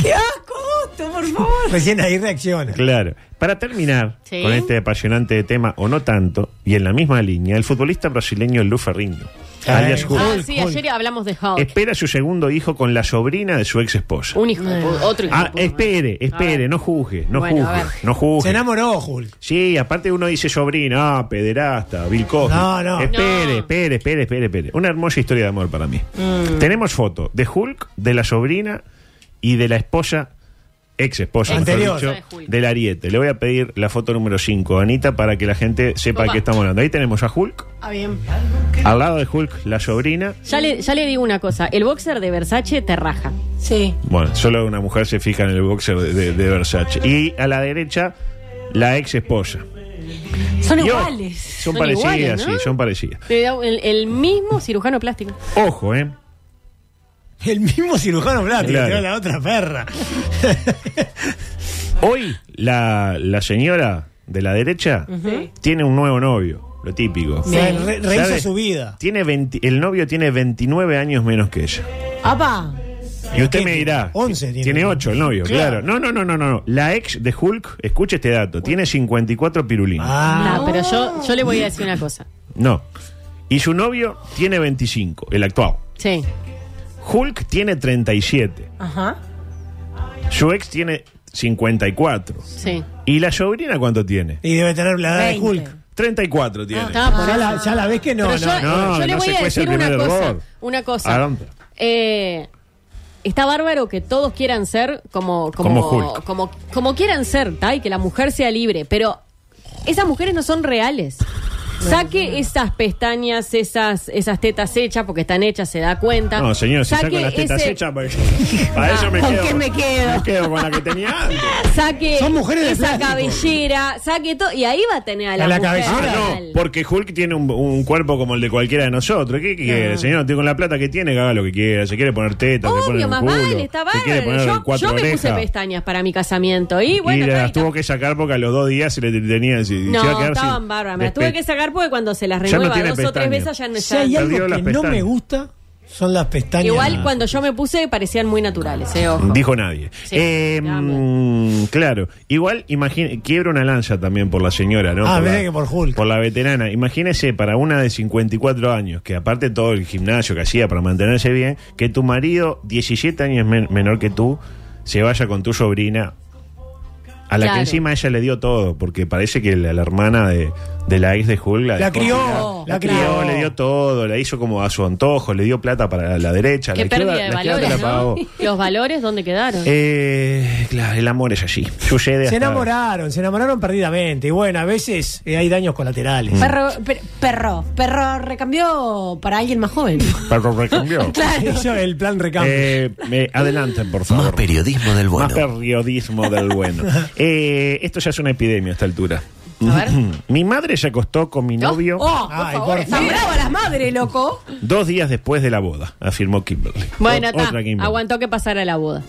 K: ¡Qué asco, Gusto, por favor!
E: Recién ahí reacciona.
J: Claro. Para terminar
C: Sí.
J: con este apasionante tema, o no tanto, y en la misma línea, el futbolista brasileño Lu Ferrigno,
E: Ay.
J: alias Hulk,
C: Ah,
E: Hulk,
C: sí,
E: Hulk.
C: ayer hablamos de Hulk.
J: espera a su segundo hijo con la sobrina de su ex esposa.
C: Un hijo de pu- otro hijo
J: Ah,
C: de puta,
J: espere, espere, no juzgue, no
C: Bueno, a
J: juzgue,
C: ver.
J: no juzgue.
E: Se enamoró, Hulk.
J: Sí, aparte uno dice sobrina, ah, pederasta, Bill Cosby.
E: No, no.
J: Espere,
C: No.
J: espere, espere, espere, espere. Una hermosa historia de amor para mí.
C: Mm.
J: Tenemos foto de Hulk, de la sobrina y de la esposa, ex esposa,
E: Anterior.
C: Esposa de Hulk.
J: del Ariete. Le voy a pedir la foto número 5, Anita, para que la gente sepa
C: Opa.
J: que estamos hablando. Ahí tenemos a Hulk,
C: Ah, bien.
J: al lado de Hulk, la sobrina.
C: Ya le, ya le digo una cosa, el boxer de Versace te raja.
K: Sí.
J: Bueno, solo una mujer se fija en el boxer de, de- de Versace. Y a la derecha, la ex esposa.
K: Son
J: Y ojo,
K: iguales.
J: Son,
C: Son
J: parecidas,
C: iguales, ¿no?
J: sí, son parecidas.
C: Te da El, el mismo cirujano plástico.
J: Ojo, ¿eh?
E: El mismo cirujano plástico,
J: Claro.
E: tiró la otra perra.
J: Hoy la, la señora de la derecha tiene un nuevo novio, lo típico.
E: O sea, re- rehizo
J: ¿Sabe?
E: su vida.
J: Tiene 20 el novio tiene 29 años menos que ella.
K: ¡Apa!
J: Y usted
E: ¿Qué
J: me
E: tiene?
J: dirá,
E: 11 tiene.
J: tiene 8 el novio,
E: Claro.
J: claro. No, no, no, no, no. La ex de Hulk, escuche este dato, tiene 54 pirulinos.
E: Ah,
C: No, pero yo, yo le voy a decir una cosa.
J: No. Y su novio tiene 25, el actual.
C: Sí.
J: Hulk tiene 37.
K: Ajá.
J: Su ex tiene 54.
C: Sí.
J: ¿Y la sobrina cuánto tiene?
E: y debe tener
J: Ah,
E: la edad de
K: 20.
E: Hulk.
J: 34
K: Ah,
J: tiene.
C: Estaba por
E: Ya
C: eso.
E: la, ya la ves que no,
C: Pero
E: no.
C: yo,
J: no,
C: yo le
J: no
C: voy
J: se
C: a
J: cuece el
C: decir una
J: primer
C: cosa.
J: error.
C: Una
J: ¿A
C: cosa.
J: dónde?
C: Eh, está bárbaro que todos quieran ser como como,
J: Como Hulk.
C: como como quieran ser, ¿tá? y que la mujer sea libre, pero esas mujeres no son reales. Saque esas pestañas, esas esas tetas hechas, porque están hechas, se da cuenta.
J: No, señor, si
C: Saque
J: saco las tetas
C: ese-
J: hechas, pues, para eso me
K: ¿Con
J: quedo.
K: qué me quedo?
J: Me quedo con la que tenía antes.
C: Saque
E: Son mujeres de
C: esa
E: plástico.
C: cabellera, saque todo, y ahí va a tener a la,
E: A la
C: mujer
J: Ah,
E: cabellera.
C: real.
J: no, porque Hulk tiene un, un cuerpo como el de cualquiera de nosotros. ¿Qué quiere, señor? Tiene- Con la plata que tiene, que haga lo que quiera. Se quiere poner tetas, se pone
C: Obvio,
J: un
C: más
J: culo,
C: vale, está
J: se quiere
C: bárbaro.
J: poner
C: Yo,
J: cuatro
C: yo me puse
J: orejas.
C: pestañas para mi casamiento y bueno,
J: y
C: está
J: las
C: bien,
J: tuvo que sacar porque a los dos días se le te- tenía. Se, se iba a
C: No,
J: quedar
C: estaban
J: sin-
C: bárbaras. Me las
J: despe-
C: tuve que sacar porque cuando se las
J: Ya no
C: renueva
J: tiene
C: dos o tres
J: pestañas.
C: veces ya no
E: Si hay
J: Perdió
E: algo
J: las
E: que no
J: pestañas.
E: me gusta, Son las pestañas.
C: Igual cuando yo me puse parecían muy naturales, eh, ojo.
J: Dijo nadie.
C: Sí,
J: Eh, mm, claro. Igual, imagine, quiebra una lanza también por la señora, ¿no?
E: Ah,
J: por
E: mirá
J: la,
E: que por Hulk.
J: Por la veterana. Imagínese para una de 54 años, que aparte todo el gimnasio que hacía para mantenerse bien, que tu marido, 17 años men- menor que tú, se vaya con tu sobrina. A la
C: Claro.
J: que encima ella le dio todo, porque parece que la, la hermana de, de la ex de Hulk la,
E: La
J: dejó-
E: crió. La
J: crió,
E: crió.
J: le dio todo, la hizo como a su antojo, le dio plata para la derecha,
C: Qué
J: la izquierda,
C: pérdida
J: la
C: de
J: izquierda te
C: valores,
J: la pagó.
C: ¿no? Los valores, ¿dónde quedaron?
J: Eh, claro, el amor es así. Sucede hasta-
E: Se enamoraron, se enamoraron perdidamente. Y bueno, a veces eh, hay daños colaterales.
K: Perro, per- perro, perro recambió para alguien más joven.
J: Pero recambió.
K: Claro.
E: Eso es el plan recambio.
J: Eh, me- adelanten, por favor.
B: Más periodismo del
J: Más
B: bueno.
J: periodismo del bueno. Eh, esto ya es una epidemia a esta altura.
C: A ver.
J: Mi madre se acostó con mi novio
K: Oh,
E: Ay,
K: por favor.
E: por
K: Están
E: favor.
K: bravas las madres, loco.
J: dos días después de la boda, afirmó Kimberly.
C: Bueno,
J: Ot-
C: está.
J: otra Kimberly.
C: Aguantó que pasara la boda.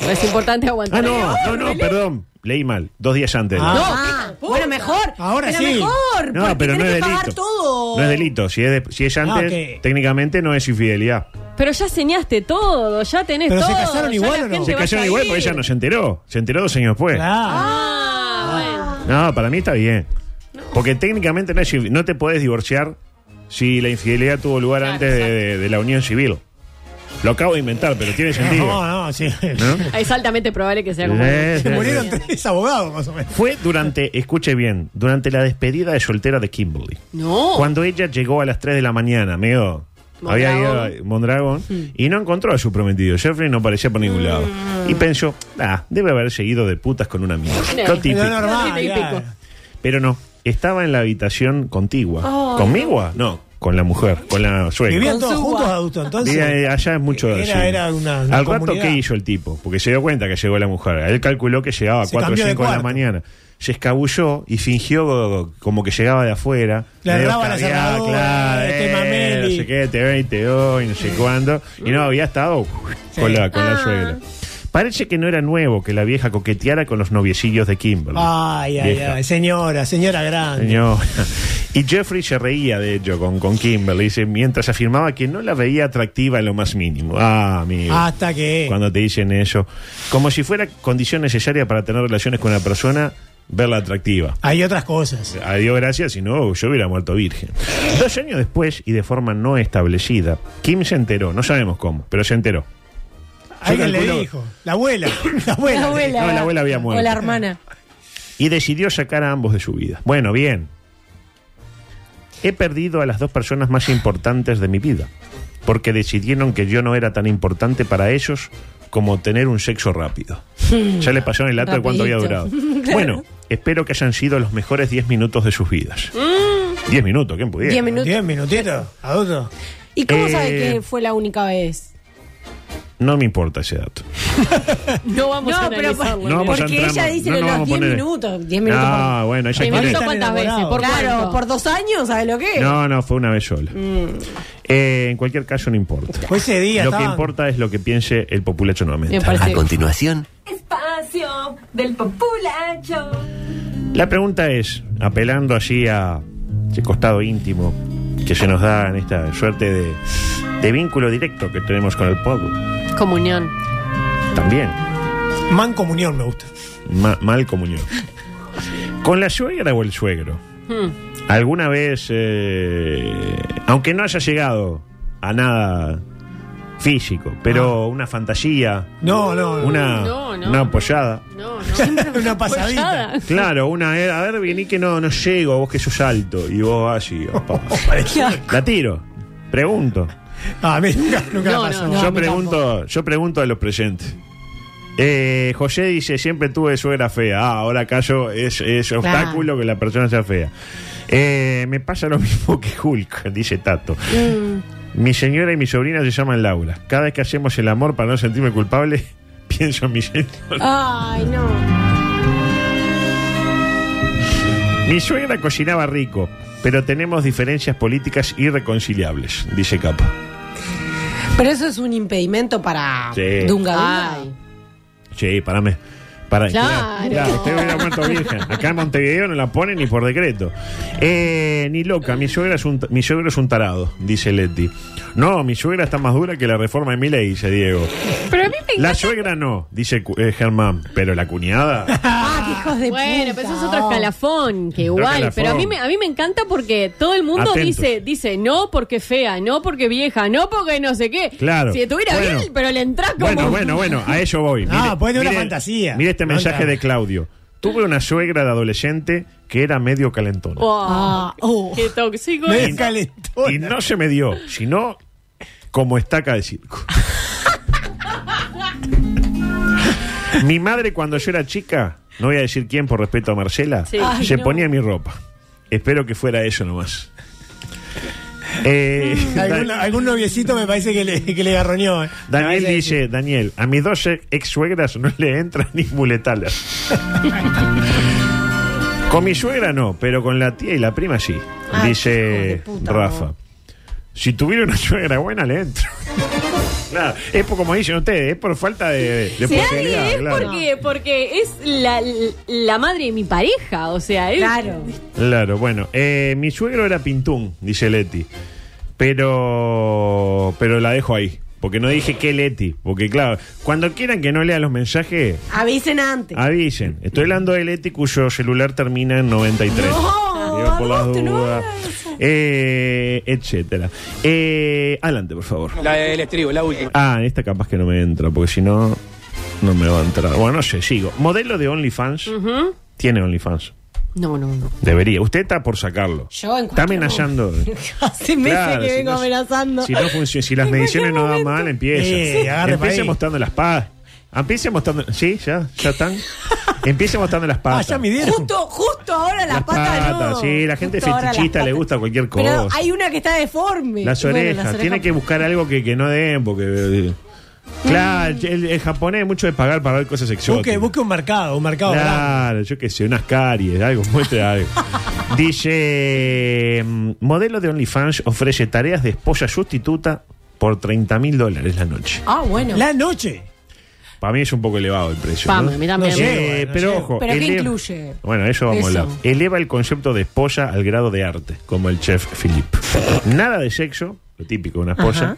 C: Es importante
J: Ah,
C: aguantar.
J: no, no, no, perdón. Leí mal. Dos días antes. de la-
E: Ah.
K: Ah, bueno, mejor.
E: Ahora
K: pero
E: sí.
K: mejor. porque
J: No, pero no
K: tenés
J: es
K: que pagar
J: delito.
K: todo.
J: No es delito. Si es, de- si es antes,
E: ok.
J: técnicamente no es infidelidad.
C: Pero ya señaste todo, ya tenés
E: Pero se
C: todo.
E: casaron
C: ya
E: igual
C: la
E: o no?
C: gente
J: Se
C: va a
J: casaron igual
C: salir.
J: porque ella no se enteró. Se enteró dos años después.
E: Claro.
C: Ah,
J: No, para mí está bien. Porque técnicamente no, es infi- no te puedes divorciar si la infidelidad tuvo lugar antes de, de- de la unión civil. Lo acabo de inventar, pero tiene sentido.
E: No, no, sí.
J: ¿no?
C: bueno. Es altamente probable que sea como.
J: Eh,
E: Se murieron
J: eh,
E: tres abogados, más o menos.
J: Fue durante, escuche bien, durante la despedida de soltera de Kimberly.
C: No.
J: Cuando ella llegó a las 3 de la mañana, amigo. Había ido a Mondragón y no encontró a su prometido. Jeffrey no aparecía por ningún lado. Y pensó, ah, debe haberse ido de putas con un amigo.
C: No.
J: Lo típico.
E: Lo normal.
C: Típico.
E: claro.
J: Pero no, estaba en la habitación contigua. ¿Conmigo? No, con la mujer, con la suegra.
E: Vivían
K: Con
E: todos
K: Suwa.
E: juntos, adultos. Entonces,
J: Vivía, eh, allá es mucho
E: Era-
J: sí.
E: era una- una
J: Al rato,
E: comunidad.
J: ¿qué hizo el tipo? Porque se dio cuenta que llegó la mujer. Él calculó que llegaba a
E: Se
J: 4 o
E: cambió de
J: 5 de la
E: cuarto.
J: mañana. Se escabulló y fingió como que llegaba de afuera.
E: Le
J: medio
E: agarraba la
J: escabiado,
E: cerradura,
J: claro,
E: este
J: eh, no
E: mameli.
J: sé qué, te ve y te doy, no sé cuándo. Y no, había estado uf, con, la, con
E: Ah.
J: la suegra. Parece que no era nuevo que la vieja coqueteara con los noviecillos de Kimberly.
E: Ay, ay,
J: Vieja.
E: ay. Señora, señora grande.
J: Señora. Y Jeffrey se reía de ello con, con Kimberly, dice, mientras afirmaba que no la veía atractiva en lo más mínimo. Ah, amigo.
E: Hasta que.
J: Cuando te dicen eso. Como si fuera condición necesaria para tener relaciones con una persona, verla atractiva.
E: Hay otras cosas.
J: A Dios gracias, si no, yo hubiera muerto virgen. Dos años después, y de forma no establecida, Kim se enteró, no sabemos cómo, pero se enteró.
E: Alguien le
J: calculo-
E: dijo. La abuela. La abuela.
K: La abuela.
J: No, la abuela había muerto.
K: O la hermana.
J: y decidió sacar a ambos de su vida. Bueno, bien. He perdido a las dos personas más importantes de mi vida, porque decidieron que yo no era tan importante para ellos como tener un sexo rápido. ya le pasó en el dato de cuánto había
K: Hmm. Rapidito.
J: durado. Bueno, espero que hayan sido los mejores 10 minutos de sus vidas. 10 minutos, ¿quién pudiera?
K: Hmm. Diez minutos.
E: Diez minutitos, adulto.
K: ¿Y cómo
J: Eh,
K: sabe que fue la única vez?
J: No me importa ese dato.
C: No vamos a
K: No, pero
C: analizarlo.
J: No vamos a
K: porque
J: entrar
K: ella
J: más.
K: dice
J: No,
K: que
J: no
K: los
J: vamos a
K: 10
J: poner-
K: minutos. 10 minutos.
J: No, bueno, ella
C: ¿Te
J: quiere-
C: invitó cuántas veces? ¿Por
K: por- Claro,
C: cuánto?
K: por dos años, ¿sabes lo que es?
J: No, no, fue una vez sola. Eh, en cualquier caso, no importa.
E: Fue Pues ese día.
J: Lo que
E: estaban-
J: importa es lo que piense el populacho nuevamente.
C: Me parece-
B: A continuación,
K: Espacio del populacho.
J: La pregunta es, apelando allí a ese costado íntimo que se nos da en esta suerte de, de vínculo directo que tenemos con el pueblo,
C: Comunión.
J: también,
E: Mancomunión me gusta.
J: ma- mal comunión. ¿Con la suegra o el suegro?
C: Hmm.
J: ¿Alguna vez, eh, aunque no haya llegado a nada físico, pero una fantasía,
E: No, no. no.
J: una,
C: Ah. No, no.
J: una apoyada?
C: No, no.
E: Una pasadita.
C: Apoyada.
J: Claro, una era, a ver, vení que no, no llego, vos que sos alto, y vos vas y... opa. La tiro, pregunto.
E: Ah, a mí nunca, nunca
C: No,
E: me pasó.
C: no, no.
J: yo pregunto, yo pregunto a los presentes. Eh, José dice, siempre tuve suegra fea. Ah, ahora acaso es, es obstáculo que la persona sea fea. Eh, me pasa lo mismo que Hulk, dice Tato.
C: Mm.
J: Mi señora y mi sobrina se llaman Laura. Cada vez que hacemos el amor para no sentirme culpable, pienso en mi señora.
K: Ay, no.
J: Mi suegra cocinaba rico, pero tenemos diferencias políticas irreconciliables, dice Capa.
K: Pero eso es un impedimento para
J: Sí.
K: Dunga Dunga.
C: Ay.
J: Sí, parame. Para,
C: Claro.
J: usted hubiera muerto virgen. Acá en Montevideo no la ponen ni por decreto. Eh, ni loca, mi suegra, es un, ta- mi suegro es un tarado, dice Leti. No, mi suegra está más dura que la reforma de Milei, dice Diego.
C: Pero a mí me
J: La suegra no, dice cu- eh, Germán, pero la cuñada.
K: Ah, qué hijos de
C: Bueno,
K: puta.
C: pero eso es otro escalafón, que igual,
J: escalafón.
C: pero a mí, me, a mí me encanta porque todo el mundo
J: Atentos.
C: dice dice no porque fea, no porque vieja, no porque no sé qué.
J: Claro.
C: Si estuviera
J: Bueno.
C: bien, pero le entra como...
J: Bueno, bueno, bueno, a eso voy.
E: No,
J: Mire-
E: puede una
J: mire-
E: fantasía.
J: Mire este
E: No
J: mensaje
E: entra.
J: de Claudio. Tuve una suegra de adolescente que era medio calentona.
C: Oh,
K: Ah, oh.
C: ¡Qué tóxico!
E: Me
C: es.
E: calentó.
J: Y no se me dio, sino como estaca de circo. mi madre cuando yo era chica, no voy a decir quién por respeto a Marcela,
C: Sí.
K: Ay,
J: se
K: no.
J: ponía mi ropa. Espero que fuera eso nomás. Eh,
E: Algún, algún noviecito me parece que le, que le garroñó. eh. Me
J: Daniel
E: parece-
J: dice, Daniel, a mis dos ex suegras no le entran ni muletalas. con mi suegra no, pero con la tía y la prima sí,
K: Ay, hijo de
J: dice
K: puta,
J: Rafa.
K: no.
J: Si tuviera una suegra buena, le entro. claro, es por, como dicen ustedes, es por falta de, de
C: Si
J: oportunidad,
C: nadie es
J: claro.
C: porque, porque es la, la madre de mi pareja, o sea, es...
K: Claro.
J: Claro, bueno. eh, mi suegro era pintún, dice Leti. Pero, pero la dejo ahí. Porque no dije que Leti. Porque claro, cuando quieran que no lea los mensajes,
K: Avisen antes.
J: Avisen. Estoy hablando de Leti cuyo celular termina en 93.
K: No,
J: Digo, por las
K: Augusto, no
J: dudas.
K: hagas eso.
J: Eh, etcétera. Eh, adelante, por favor.
F: La del estribo, la última.
J: Ah, esta capaz que no me entra, porque si no, no me va a entrar. Bueno, no sé, sigo. Modelo de OnlyFans. Tiene OnlyFans.
C: No, no, no.
J: Debería. Usted está por sacarlo.
K: Yo en
J: Está
K: cualquier
J: amenazando.
K: Hace meses
J: Claro,
K: que
J: si
K: vengo
J: no-
K: amenazando.
J: Si, no funciona, si las
K: En
J: mediciones no dan
K: cualquier
J: mal,
K: momento.
J: empieza.
E: Sí, agarre pa'
J: empiece
E: ahí.
J: mostrando las patas. Empiece mostrando. ¿Sí? ¿Ya? ¿Ya están? empiece mostrando las
E: Ah,
J: patas.
E: ya midieron.
K: Justo, justo ahora las,
J: Las
K: patas,
J: patas,
K: no.
J: sí, la gente
K: Justo ahora las
J: fetichista le
K: patas.
J: gusta cualquier
K: Pero
J: cosa.
K: hay una que está deforme.
J: Las
K: Bueno,
J: orejas, tiene que buscar algo que, que no den, porque. eh, Claro, el, el japonés es mucho de pagar para ver cosas exóticas.
E: Busque, busque un mercado, un mercado grande.
J: Claro, yo qué sé, unas caries, algo, muestre algo. Dice: mm, Modelo de OnlyFans ofrece tareas de esposa sustituta por 30 mil dólares la noche.
K: Ah, bueno.
E: La noche.
J: Para mí es un poco elevado el precio.
C: Pame,
J: ¿no?
C: a mí también.
E: No
J: Eh,
E: sé. Llego,
J: pero
E: llego.
J: ojo,
K: ¿Pero qué
J: eleva-
K: incluye?
J: Bueno, eso vamos
K: Eso.
J: a hablar. Eleva el concepto de esposa al grado de arte, como el chef Philip. Nada de sexo, lo típico de una esposa.
K: Ajá.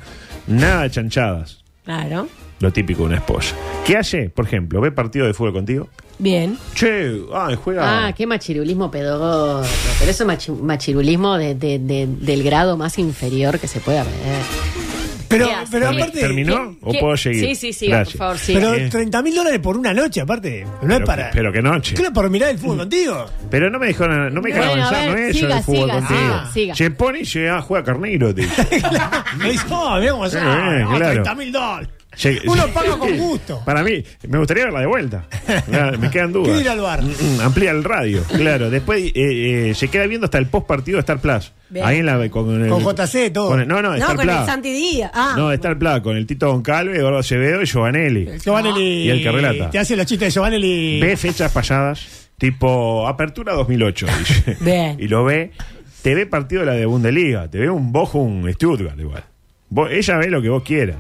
J: Nada de chanchadas,
K: Claro.
J: lo típico de una esposa. ¿Qué hace? Por ejemplo, ve partido de fútbol contigo.
K: Bien.
J: Che, ah, juega.
C: Ah, qué machirulismo pedogo. Pero eso es machi- machirulismo de- de- de- del grado más inferior que se pueda ver.
J: Ah,
E: Pero,
C: ¿Qué hace?
E: pero
J: Termi-
E: aparte.
J: ¿Terminó?
C: ¿Qué-
J: ¿O
C: qué-
J: puedo seguir?
C: Sí, sí, sí,
J: Gracias.
C: por favor, sí.
E: Pero
J: Eh.
E: 30 mil dólares por una noche, aparte. No es
J: Pero-
E: para.
J: pero qué noche. Mm.
E: Claro, por mirar el fútbol contigo.
J: Pero no me dejaron, no me dejaron
C: Bueno, a
J: avanzar,
C: ver,
J: no es eso
C: siga,
J: el fútbol
C: siga,
J: contigo.
C: siga, siga.
J: Se pone y se ah, juega carneiro, tío.
E: Me dice, oh, mira cómo son,
J: Eh,
E: no,
J: claro.
E: 30 mil dólares.
J: Se-
E: Uno paga con gusto.
J: Para mí, me gustaría verla de vuelta. Ya, Me quedan dudas.
E: Quiero ir al bar.
J: Mm, mm, Amplía el radio, claro. Después eh, eh, se queda viendo hasta el post partido de Star Plus.
K: Bien.
J: Ahí en la, con, el,
E: Con JC, todo.
J: con el- no, no,
K: no,
J: Star
K: con el
J: Plus.
K: Santi Díaz. Ah,
J: no, Star Plus, con el Tito Goncalves, Eduardo Acevedo y Giovanelli.
E: Giovanelli.
J: Y el que relata.
E: Te hace los chistes de Giovanelli.
J: Ve fechas pasadas, tipo apertura 2008, dice.
K: Bien.
J: Y lo ve, te ve partido de la de Bundesliga, te ve un Bochum Stuttgart igual. Vos- ella ve lo que vos quieras.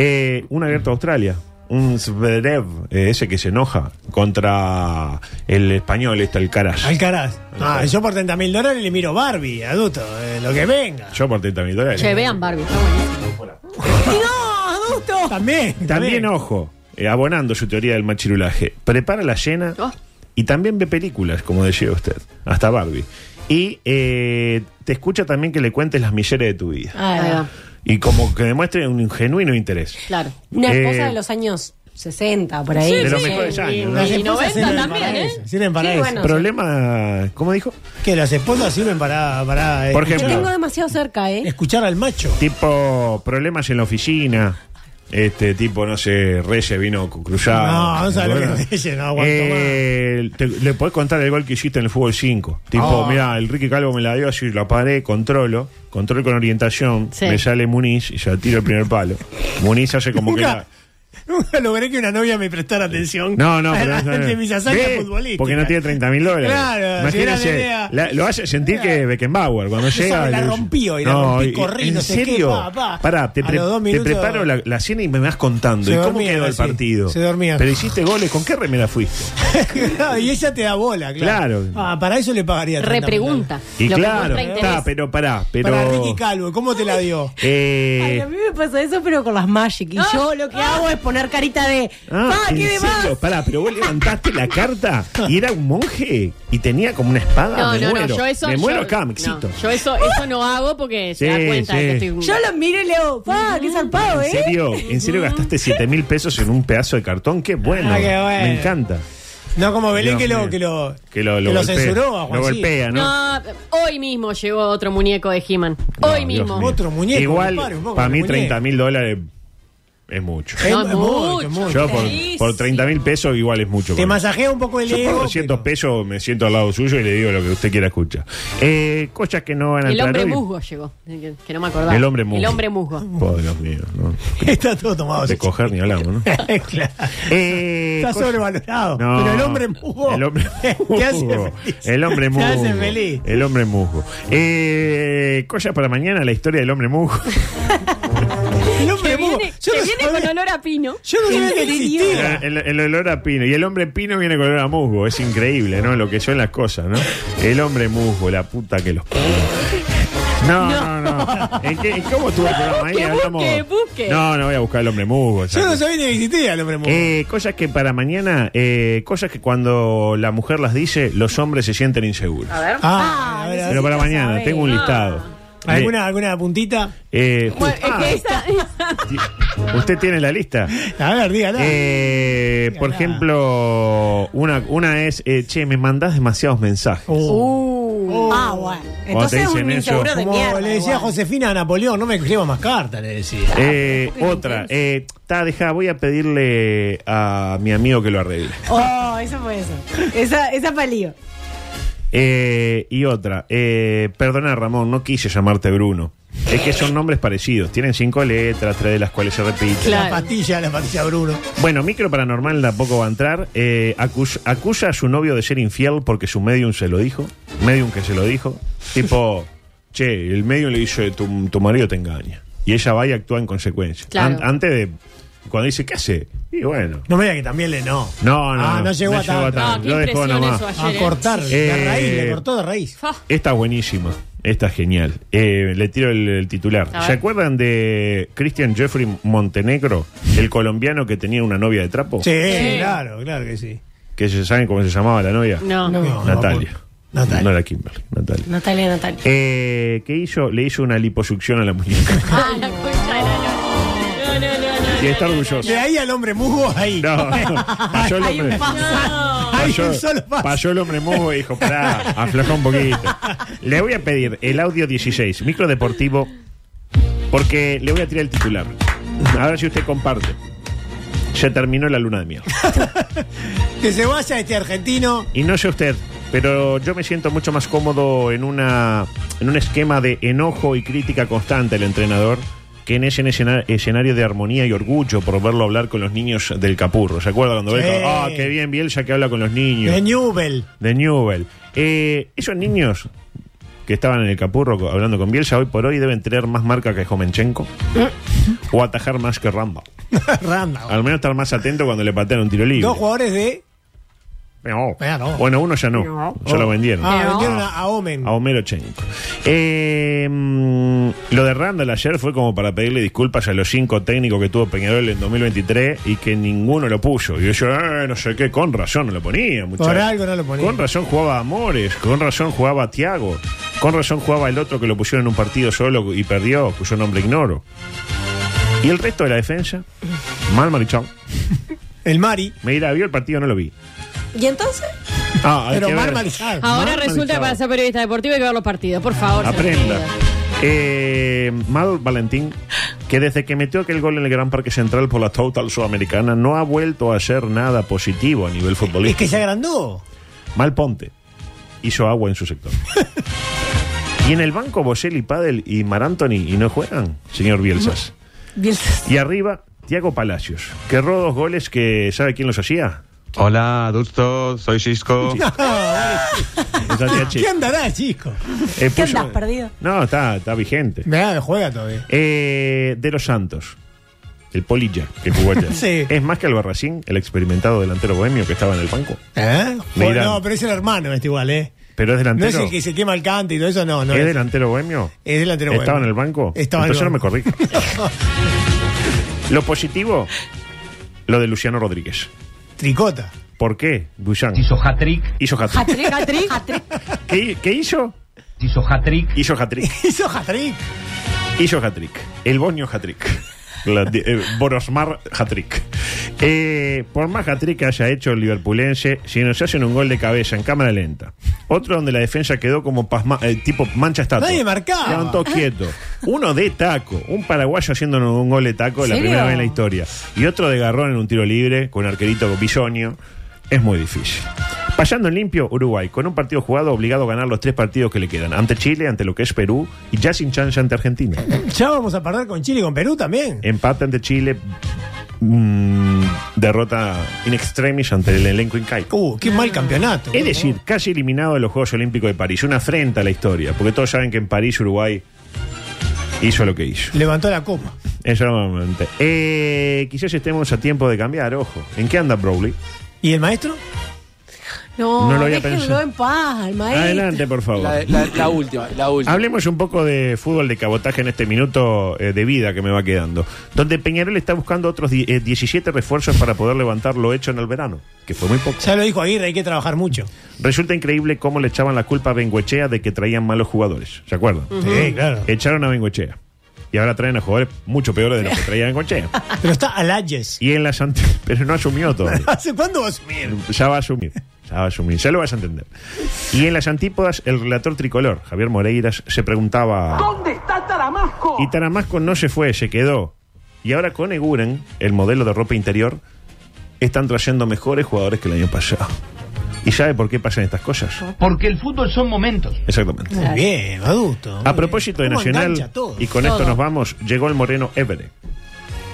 J: Eh, un abierto a Australia, un Zverev, eh, ese que se enoja contra el español, este, está el Caras.
E: Alcaraz. Ah, yo por 30 mil dólares le miro Barbie, adulto, eh, lo que venga.
J: Yo por 30 mil dólares.
C: Che, vean Barbie, está buenísimo.
K: no, adulto.
E: También.
J: También, ojo, eh, abonando su teoría del machirulaje, prepara la cena
C: Oh.
K: Ah.
J: y también ve películas, como decía usted, hasta Barbie. Y eh, te escucha también que le cuentes las miserias de tu vida.
K: Ah.
C: Ahí va.
J: Y como que demuestre un genuino interés.
C: Claro.
K: Una esposa
J: Eh,
K: de los años 60, por ahí.
J: de los
K: sí.
J: mejores años. ¿no?
E: Las
C: Y
E: esposas
C: 90
E: sirven
C: también,
E: para
C: ¿eh?
E: eso, Sirven para
K: Sí,
E: eso.
K: bueno.
J: Problema, ¿cómo dijo?
E: Que las esposas sirven para. para eh,
J: Por
K: Yo
J: ejemplo,
K: tengo demasiado cerca, ¿eh?
E: Escuchar al macho.
J: Tipo, problemas en la oficina. Este tipo, no sé, Reyes vino cu- cruzado.
E: No, no sabe lo que
J: Bueno.
E: es Reyes, no aguanto
J: Eh, te- le podés contar el gol que hiciste en el fútbol 5. Tipo,
E: Ah.
J: mira, el Ricky Calvo me la dio así, la paré, controlo. Control con orientación.
C: Sí.
J: Me sale Muniz y ya tiro el primer palo. Muniz hace como que
E: Nunca-
J: la.
E: Nunca logré que una novia me prestara atención.
J: No, no, pero
E: a,
J: no,
E: a-
J: no.
E: de mis hazañas
J: Ve,
E: futbolísticas.
J: Porque no tiene 30 mil dólares.
E: Claro, si era
J: Imagínese,
E: Nerea.
J: la- lo hace sentir que Beckenbauer cuando
E: Yo
J: llega.
E: sabe, la
J: le-
E: rompí hoy, la rompí,
J: y-
E: corrí,
J: ¿En
E: no sé qué,
J: serio?
E: pa, pa.
J: Pará, te,
E: A
J: pre-
E: los dos
J: te
E: minutos-
J: preparo la, la cena y me vas contando.
E: Se
J: ¿Y cómo
E: dormía,
J: quedó el
E: sí,
J: partido?
E: se dormía.
J: Pero hiciste goles, ¿con qué remera fuiste?
E: Claro, y ella te da bola, claro.
J: Claro.
E: Ah, para eso le pagaría. 30
C: Repregunta.
J: Y
C: Lo que
J: claro,
C: muestra interés.
J: está, pero pará, pero.
E: Para Ricky Calvo, ¿cómo te la dio?
J: eh,
K: Ay, a mí me pasa eso, pero con las Magic.
C: Ah.
K: Y yo lo que hago es poner carita de.
J: Ah,
K: ¡Ah,
J: ¿en
K: qué de más!
J: serio? Pará, pero vos levantaste la carta y era un monje y tenía como una espada.
C: No,
J: Ah, me
C: no,
J: muero.
C: no, yo eso.
J: me muero
C: yo-
J: acá, me excito.
C: no,
E: ¿Eh?
C: yo eso, eso no hago porque se da
J: Sí,
C: cuenta de que
J: sí.
C: estoy.
K: Yo lo miro y le digo, ¡pa! ¡Qué zarpado,
J: ¿En
K: eh!
J: serio? ¿En serio gastaste 7 mil pesos en un pedazo de cartón? ¡Qué bueno!
E: Ah, qué bueno.
J: Me encanta.
E: No como Belén
J: Dios
E: que lo,
J: mío.
E: que lo,
J: Que lo,
E: que lo
J: golpea.
E: censuró a
J: Lo
E: Juancito.
J: golpea, ¿no?
C: No, hoy mismo llegó otro muñeco de He-Man.
J: No,
C: Hoy
J: Dios
C: mismo.
J: mío.
E: Otro muñeco, compadre,
J: Igual,
E: un poco
J: para
E: de
J: mí
E: muñeco.
J: 30 mil dólares es mucho.
E: Es
C: No, es
E: mucho,
C: mucho.
E: mucho.
J: Yo por,
C: carísimo.
J: por 30 mil pesos igual es mucho.
E: Te
J: para mí.
E: masajea un poco el
J: Yo por
E: ego.
J: 200 pesos me siento al lado suyo y le digo lo que usted quiera escuchar. Eh, cosas que no van a
C: El
J: entrar
C: hombre
J: hoy.
C: musgo llegó. Que, que no me acordaba.
J: El hombre musgo.
C: El hombre musgo.
J: Oh, Dios mío, no.
E: pero Está todo tomado.
J: De coger ni hablamos, ¿no?
E: Claro.
J: Eh,
E: Está
J: cosa-
E: sobrevalorado.
J: No.
E: Pero el hombre musgo.
J: El hombre
E: Te hace
J: musgo.
E: feliz.
J: El hombre musgo.
E: Te hace feliz.
J: El hombre musgo. Eh, cosa para mañana, la historia del hombre musgo.
E: El hombre
C: Que
E: musgo.
C: viene,
E: Yo
C: que
E: no
C: viene
E: sabía-
C: con olor a pino.
E: Yo no sabía que existía.
J: El, el olor a pino. Y el hombre pino viene con olor a musgo. Es increíble, ¿no? Lo que son las cosas, ¿no? El hombre musgo, la puta que los. No, no, no. ¿En qué, en ¿Cómo estuvo el programa? Ahí
C: Que busque,
J: hablamos-
C: busque.
J: No, no voy a buscar el hombre musgo.
E: Yo no sabía que existía el hombre musgo.
J: Eh, cosas que para mañana, eh, cosas que cuando la mujer las dice, los hombres se sienten inseguros.
E: Ah, a ver, a ver.
J: Pero para mañana, tengo
C: Ah,
J: un listado.
E: ¿Alguna, ¿Alguna puntita?
J: Eh, eh,
C: Bueno, es
J: ah,
C: que esa-
J: ti- ¿Usted tiene la lista?
E: A ver, dígala.
J: Eh, por ejemplo, una, una es, eh, che, me mandás demasiados mensajes. Eh,
E: Oh.
K: Uh, Ah, bueno.
J: Cuando te
K: Entonces es un
J: dicen eso,
K: inseguro de
E: Como
K: mierda.
E: le decía
K: igual.
E: Josefina a Napoleón, no me escriba más cartas, le decía.
J: Eh, otra, eh, está, dejá, voy a pedirle a mi amigo que lo arregle.
K: Oh, eso fue eso. Esa, esa palío.
J: Eh, y otra, eh, perdona Ramón, no quise llamarte Bruno. Es que son nombres parecidos, tienen cinco letras, tres de las cuales se repiten.
E: La
C: Claro.
E: pastilla, la pastilla Bruno.
J: Bueno, micro paranormal tampoco va a entrar. Eh, acus- acusa a su novio de ser infiel porque su medium se lo dijo. Medium que se lo dijo. Tipo, che, el medium le dice, tu, tu marido te engaña. Y ella va y actúa en consecuencia.
C: Claro.
J: An- antes de... Cuando dice, ¿qué hace? Y bueno.
E: No me diga que también le no.
J: No, no.
E: Ah, no llegó a tanto. Ah,
C: Ah, qué
J: Lo dejó
C: impresión
J: nomás.
C: eso ayer.
E: A
C: eh.
E: cortar,
J: Eh,
E: de raíz, le cortó de raíz.
C: Fa.
J: Esta es buenísima. Esta es genial. Eh, le tiro el, el titular.
C: A ver.
J: ¿Se acuerdan de Christian Jeffrey Montenegro, el colombiano que tenía una novia de trapo?
E: Sí,
C: Sí.
E: claro, claro que sí.
J: Que se saben cómo se llamaba la novia.
C: No.
E: No,
J: Natalia.
E: no, Natalia.
J: No era Kimberly, Natalia.
K: Natalia, Natalia.
J: Eh, ¿Qué hizo? Le hizo una liposucción a la muñeca.
C: Ah, la concha de la lora. No, no, no, no,
J: Y está
C: no, no,
J: orgulloso.
E: De ahí al hombre musgo, ahí.
J: No, pasó el
K: Hay un
J: hombre.
K: paso.
C: no.
E: Hay
J: Pasó,
E: un solo paso.
J: pasó el hombre mudo y dijo, pará, aflojá un poquito. Le voy a pedir el audio 16, micro deportivo, porque le voy a tirar el titular. A ver si usted comparte. Se terminó la luna de miel.
E: Que se vaya este argentino.
J: Y no sé usted, pero yo me siento mucho más cómodo en, una, en un esquema de enojo y crítica constante al entrenador que en ese escena- escenario de armonía y orgullo por verlo hablar con los niños del Capurro. ¿Se acuerda cuando ve?
E: Sí.
J: Ah, qué bien Bielsa que habla con los niños
E: De Newell.
J: de Newell. Eh, esos niños que estaban en el Capurro co- hablando con Bielsa hoy por hoy deben tener más marca que Jomenchenko o atajar más que Ramba.
E: Randa.
J: Al menos estar más atento cuando le patean un tiro libre.
E: Dos jugadores de.
J: No.
E: Eh, no.
J: Bueno, uno ya no, ya lo vendieron.
E: Ah, vendieron a, a Omen.
J: A Homero Chenko. Eh, mm, lo de Randall ayer fue como para pedirle disculpas a los cinco técnicos que tuvo Peñarol en 2023 y que ninguno lo puso. Y yo, eh, no sé qué, con razón no lo ponía, muchachos.
E: Por algo no lo ponía.
J: Con razón jugaba Amores, con razón jugaba Tiago, con razón jugaba el otro que lo pusieron en un partido solo y perdió, cuyo nombre ignoro. Y el resto de la defensa, mal marichón.
E: El Mari.
J: Me dirá, ¿vio el partido? No lo vi.
K: ¿Y entonces?
J: Ah, hay
E: Pero
J: que
E: mal
J: ver.
E: manejado.
C: Ahora
J: Mal
C: resulta que
J: manejado.
C: para ser periodista deportivo hay que ver los partidos, por favor. se
J: Aprenda.
C: los
J: Eh, Mal Valentín, que desde que metió aquel gol en el Gran Parque Central por la Total Sudamericana, no ha vuelto a hacer nada positivo a nivel
E: Es
J: futbolístico.
E: que se agrandó.
J: Mal Ponte hizo agua en su sector. y en el banco, Boselli, Padel y Marantoni, y no juegan, señor Bielsas.
K: Bien.
J: Y arriba, Tiago Palacios. Querró dos goles que ¿sabe quién los hacía?
L: Hola, adultos, soy Cisco.
J: Los hacía Chico.
E: ¿Qué andará, chico?
J: Eh,
K: ¿Qué
J: puso-
K: andas perdido?
J: No, está, está vigente.
E: Nada, juega todavía.
J: Eh, de los Santos. El Polilla, que jugó ayer.
E: Sí.
J: Es más que Albarracín, el experimentado delantero bohemio que estaba en el banco.
E: ¿Eh? Juega-
J: Mirá.
E: No, pero es el hermano este igual, ¿eh?
J: Pero es
E: No
J: delantero.
E: es el que se quema el cante y todo eso, no. no
J: ¿Es delantero bohemio?
E: Es delantero
J: ¿Estaba
E: bohemio.
J: en el banco?
E: Estaba en el
J: Entonces no me
E: banco.
J: corrija. lo positivo, lo de Luciano Rodríguez.
E: Tricota.
J: ¿Por qué, Bullán? Hizo hat-trick. Hizo hat-trick.
K: ¿Hatrick? ¿Hatrick?
J: ¿Qué, qué hizo? Hizo hat-trick. Hizo hat-trick.
E: Hizo hat-trick.
J: Hizo hat-trick. El Boño hat-trick. La di- eh, Borosmar hat-trick. Eh, por más hat-trick que haya hecho el liverpulense, si nos hacen un gol de cabeza en cámara lenta, otro donde la defensa quedó como pasma- eh, tipo mancha estatua.
E: Nadie marcaba.
J: Quedaron todos quietos. Uno de taco, un paraguayo haciendo un gol de taco la
K: ¿Serio?
J: primera vez en la historia. Y otro de garrón en un tiro libre con un arquerito con bisonio. Es muy difícil. Pasando en limpio, Uruguay, con un partido jugado obligado a ganar los tres partidos que le quedan, ante Chile, ante lo que es Perú y ya sin chance ante Argentina.
E: Ya vamos a perder con Chile y con Perú también.
J: Empate ante Chile. mm, derrota in extremis ante el elenco incaico.
E: Uh, qué mal campeonato.
J: Es decir, casi eliminado de los Juegos Olímpicos de París. Una afrenta a la historia, porque todos saben que en París Uruguay hizo lo que hizo.
E: Levantó la copa.
J: Exactamente. Eh, quizás estemos a tiempo de cambiar, ojo. ¿En qué anda Broly?
E: ¿Y el maestro?
K: No,
J: No lo había
K: déjenlo
J: pensado.
K: en paz, al maestro.
J: Adelante, por favor.
F: La, la- la última, la última.
J: Hablemos un poco de fútbol de cabotaje en este minuto eh, de vida que me va quedando. Donde Peñarol está buscando otros die- eh, 17 refuerzos para poder levantar lo hecho en el verano, que fue muy poco.
E: Ya lo dijo Aguirre, hay que trabajar mucho.
J: Resulta increíble cómo le echaban la culpa a Bengoechea de que traían malos jugadores. ¿Se acuerdan?
E: Sí, claro.
J: Echaron a Bengoechea. Y ahora traen a jugadores mucho peores de los que traían a Bengoechea.
E: Pero está Alayes.
J: Y en las ante- Pero no asumió todavía.
E: ¿Hace cuándo vas a asumir?
J: Ya va a asumir. Ya va a asumir. Ya lo vas a entender. Y en las antípodas, el relator tricolor, Javier Moreiras, se preguntaba. ¿Dónde está Taramasco? Y Taramasco no se fue, se quedó. Y ahora con Eguren, el modelo de ropa interior, están trayendo mejores jugadores que el año pasado. ¿Y sabe por qué pasan estas cosas?
M: Porque el fútbol son momentos.
J: Exactamente.
E: Muy bien, adulto.
J: A propósito de
E: ¿Cómo
J: Nacional,
E: engancha todo?
J: y con esto nos vamos, llegó el moreno Évere.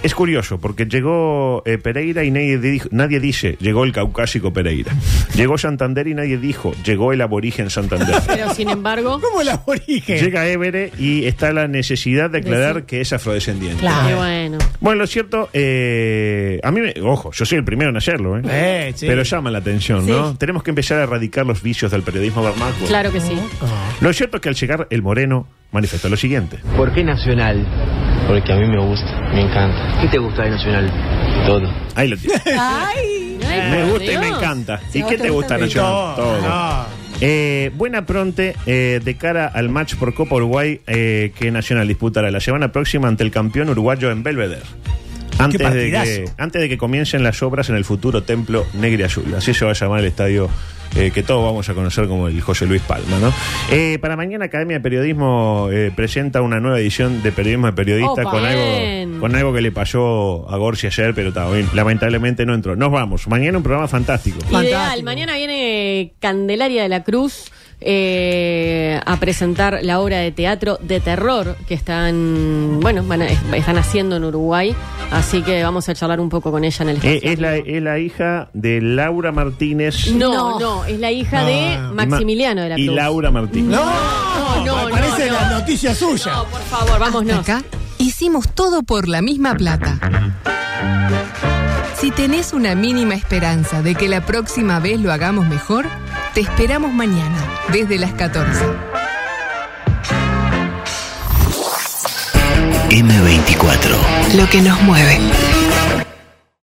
J: Es curioso, porque llegó eh, Pereira y nadie, dijo- nadie dice, llegó el caucásico Pereira. Llegó Santander y nadie dijo, llegó el aborigen Santander.
C: Pero sin embargo,
E: ¿Cómo el aborigen?
J: Llega Évere y está la necesidad de aclarar que es afrodescendiente.
C: qué
E: Claro.
C: bueno.
J: Bueno, lo cierto, eh, a mí, me- ojo, yo soy el primero en hacerlo, ¿eh?
E: Eh, sí.
J: pero llama la atención, ¿no?
C: Sí.
J: Tenemos que empezar a erradicar los vicios del periodismo barmaco.
C: Claro que sí.
J: Lo cierto es que al llegar, el moreno manifestó lo siguiente.
M: ¿Por qué Nacional? Porque a mí me gusta, me encanta. ¿Qué te gusta de Nacional? Todo.
J: Ahí lo tiene.
K: Ay,
C: Ay,
J: Me
C: por
J: gusta y me
C: Dios.
J: encanta.
K: Sí,
J: ¿Y
K: a
J: qué
K: vos
J: te
K: te
J: gusta,
K: gusta
J: Nacional?
E: todo.
J: Todo.
E: No.
J: Eh, buena pronte eh, de cara al match por Copa Uruguay eh, que Nacional disputará la semana próxima ante el campeón uruguayo en Belvedere. Antes de, que,
E: partidazo.
J: antes de que comiencen las obras en el futuro templo Negri Azul. Así se va a llamar el estadio eh, que todos vamos a conocer como el José Luis Palma. ¿no? Eh, para mañana Academia de Periodismo eh, presenta una nueva edición de Periodismo de Periodista
C: Opa.
J: con
C: Bien.
J: algo, con algo que le pasó a Gorsi ayer, pero está bien, lamentablemente no entró. Nos vamos. Mañana un programa fantástico.
C: Ideal. Mañana viene Candelaria de la Cruz eh, a presentar la obra de teatro de terror que están, bueno, van a- están haciendo en Uruguay. Así que vamos a charlar un poco con ella en el
J: Eh,
C: espacio.
J: es, la, es la hija de Laura Martínez
C: No, no, es la hija
E: No.
C: de Maximiliano de la
J: Ah, y
C: Cruz.
J: Laura Martínez.
E: No,
C: No, no,
E: parece
C: no,
E: la
C: no.
E: noticia suya.
C: No, por favor, vámonos.
A: Acá hicimos todo por la misma plata. Si tenés una mínima esperanza de que la próxima vez lo hagamos mejor, te esperamos mañana, desde las 14.
B: M24.
A: Lo que nos mueve.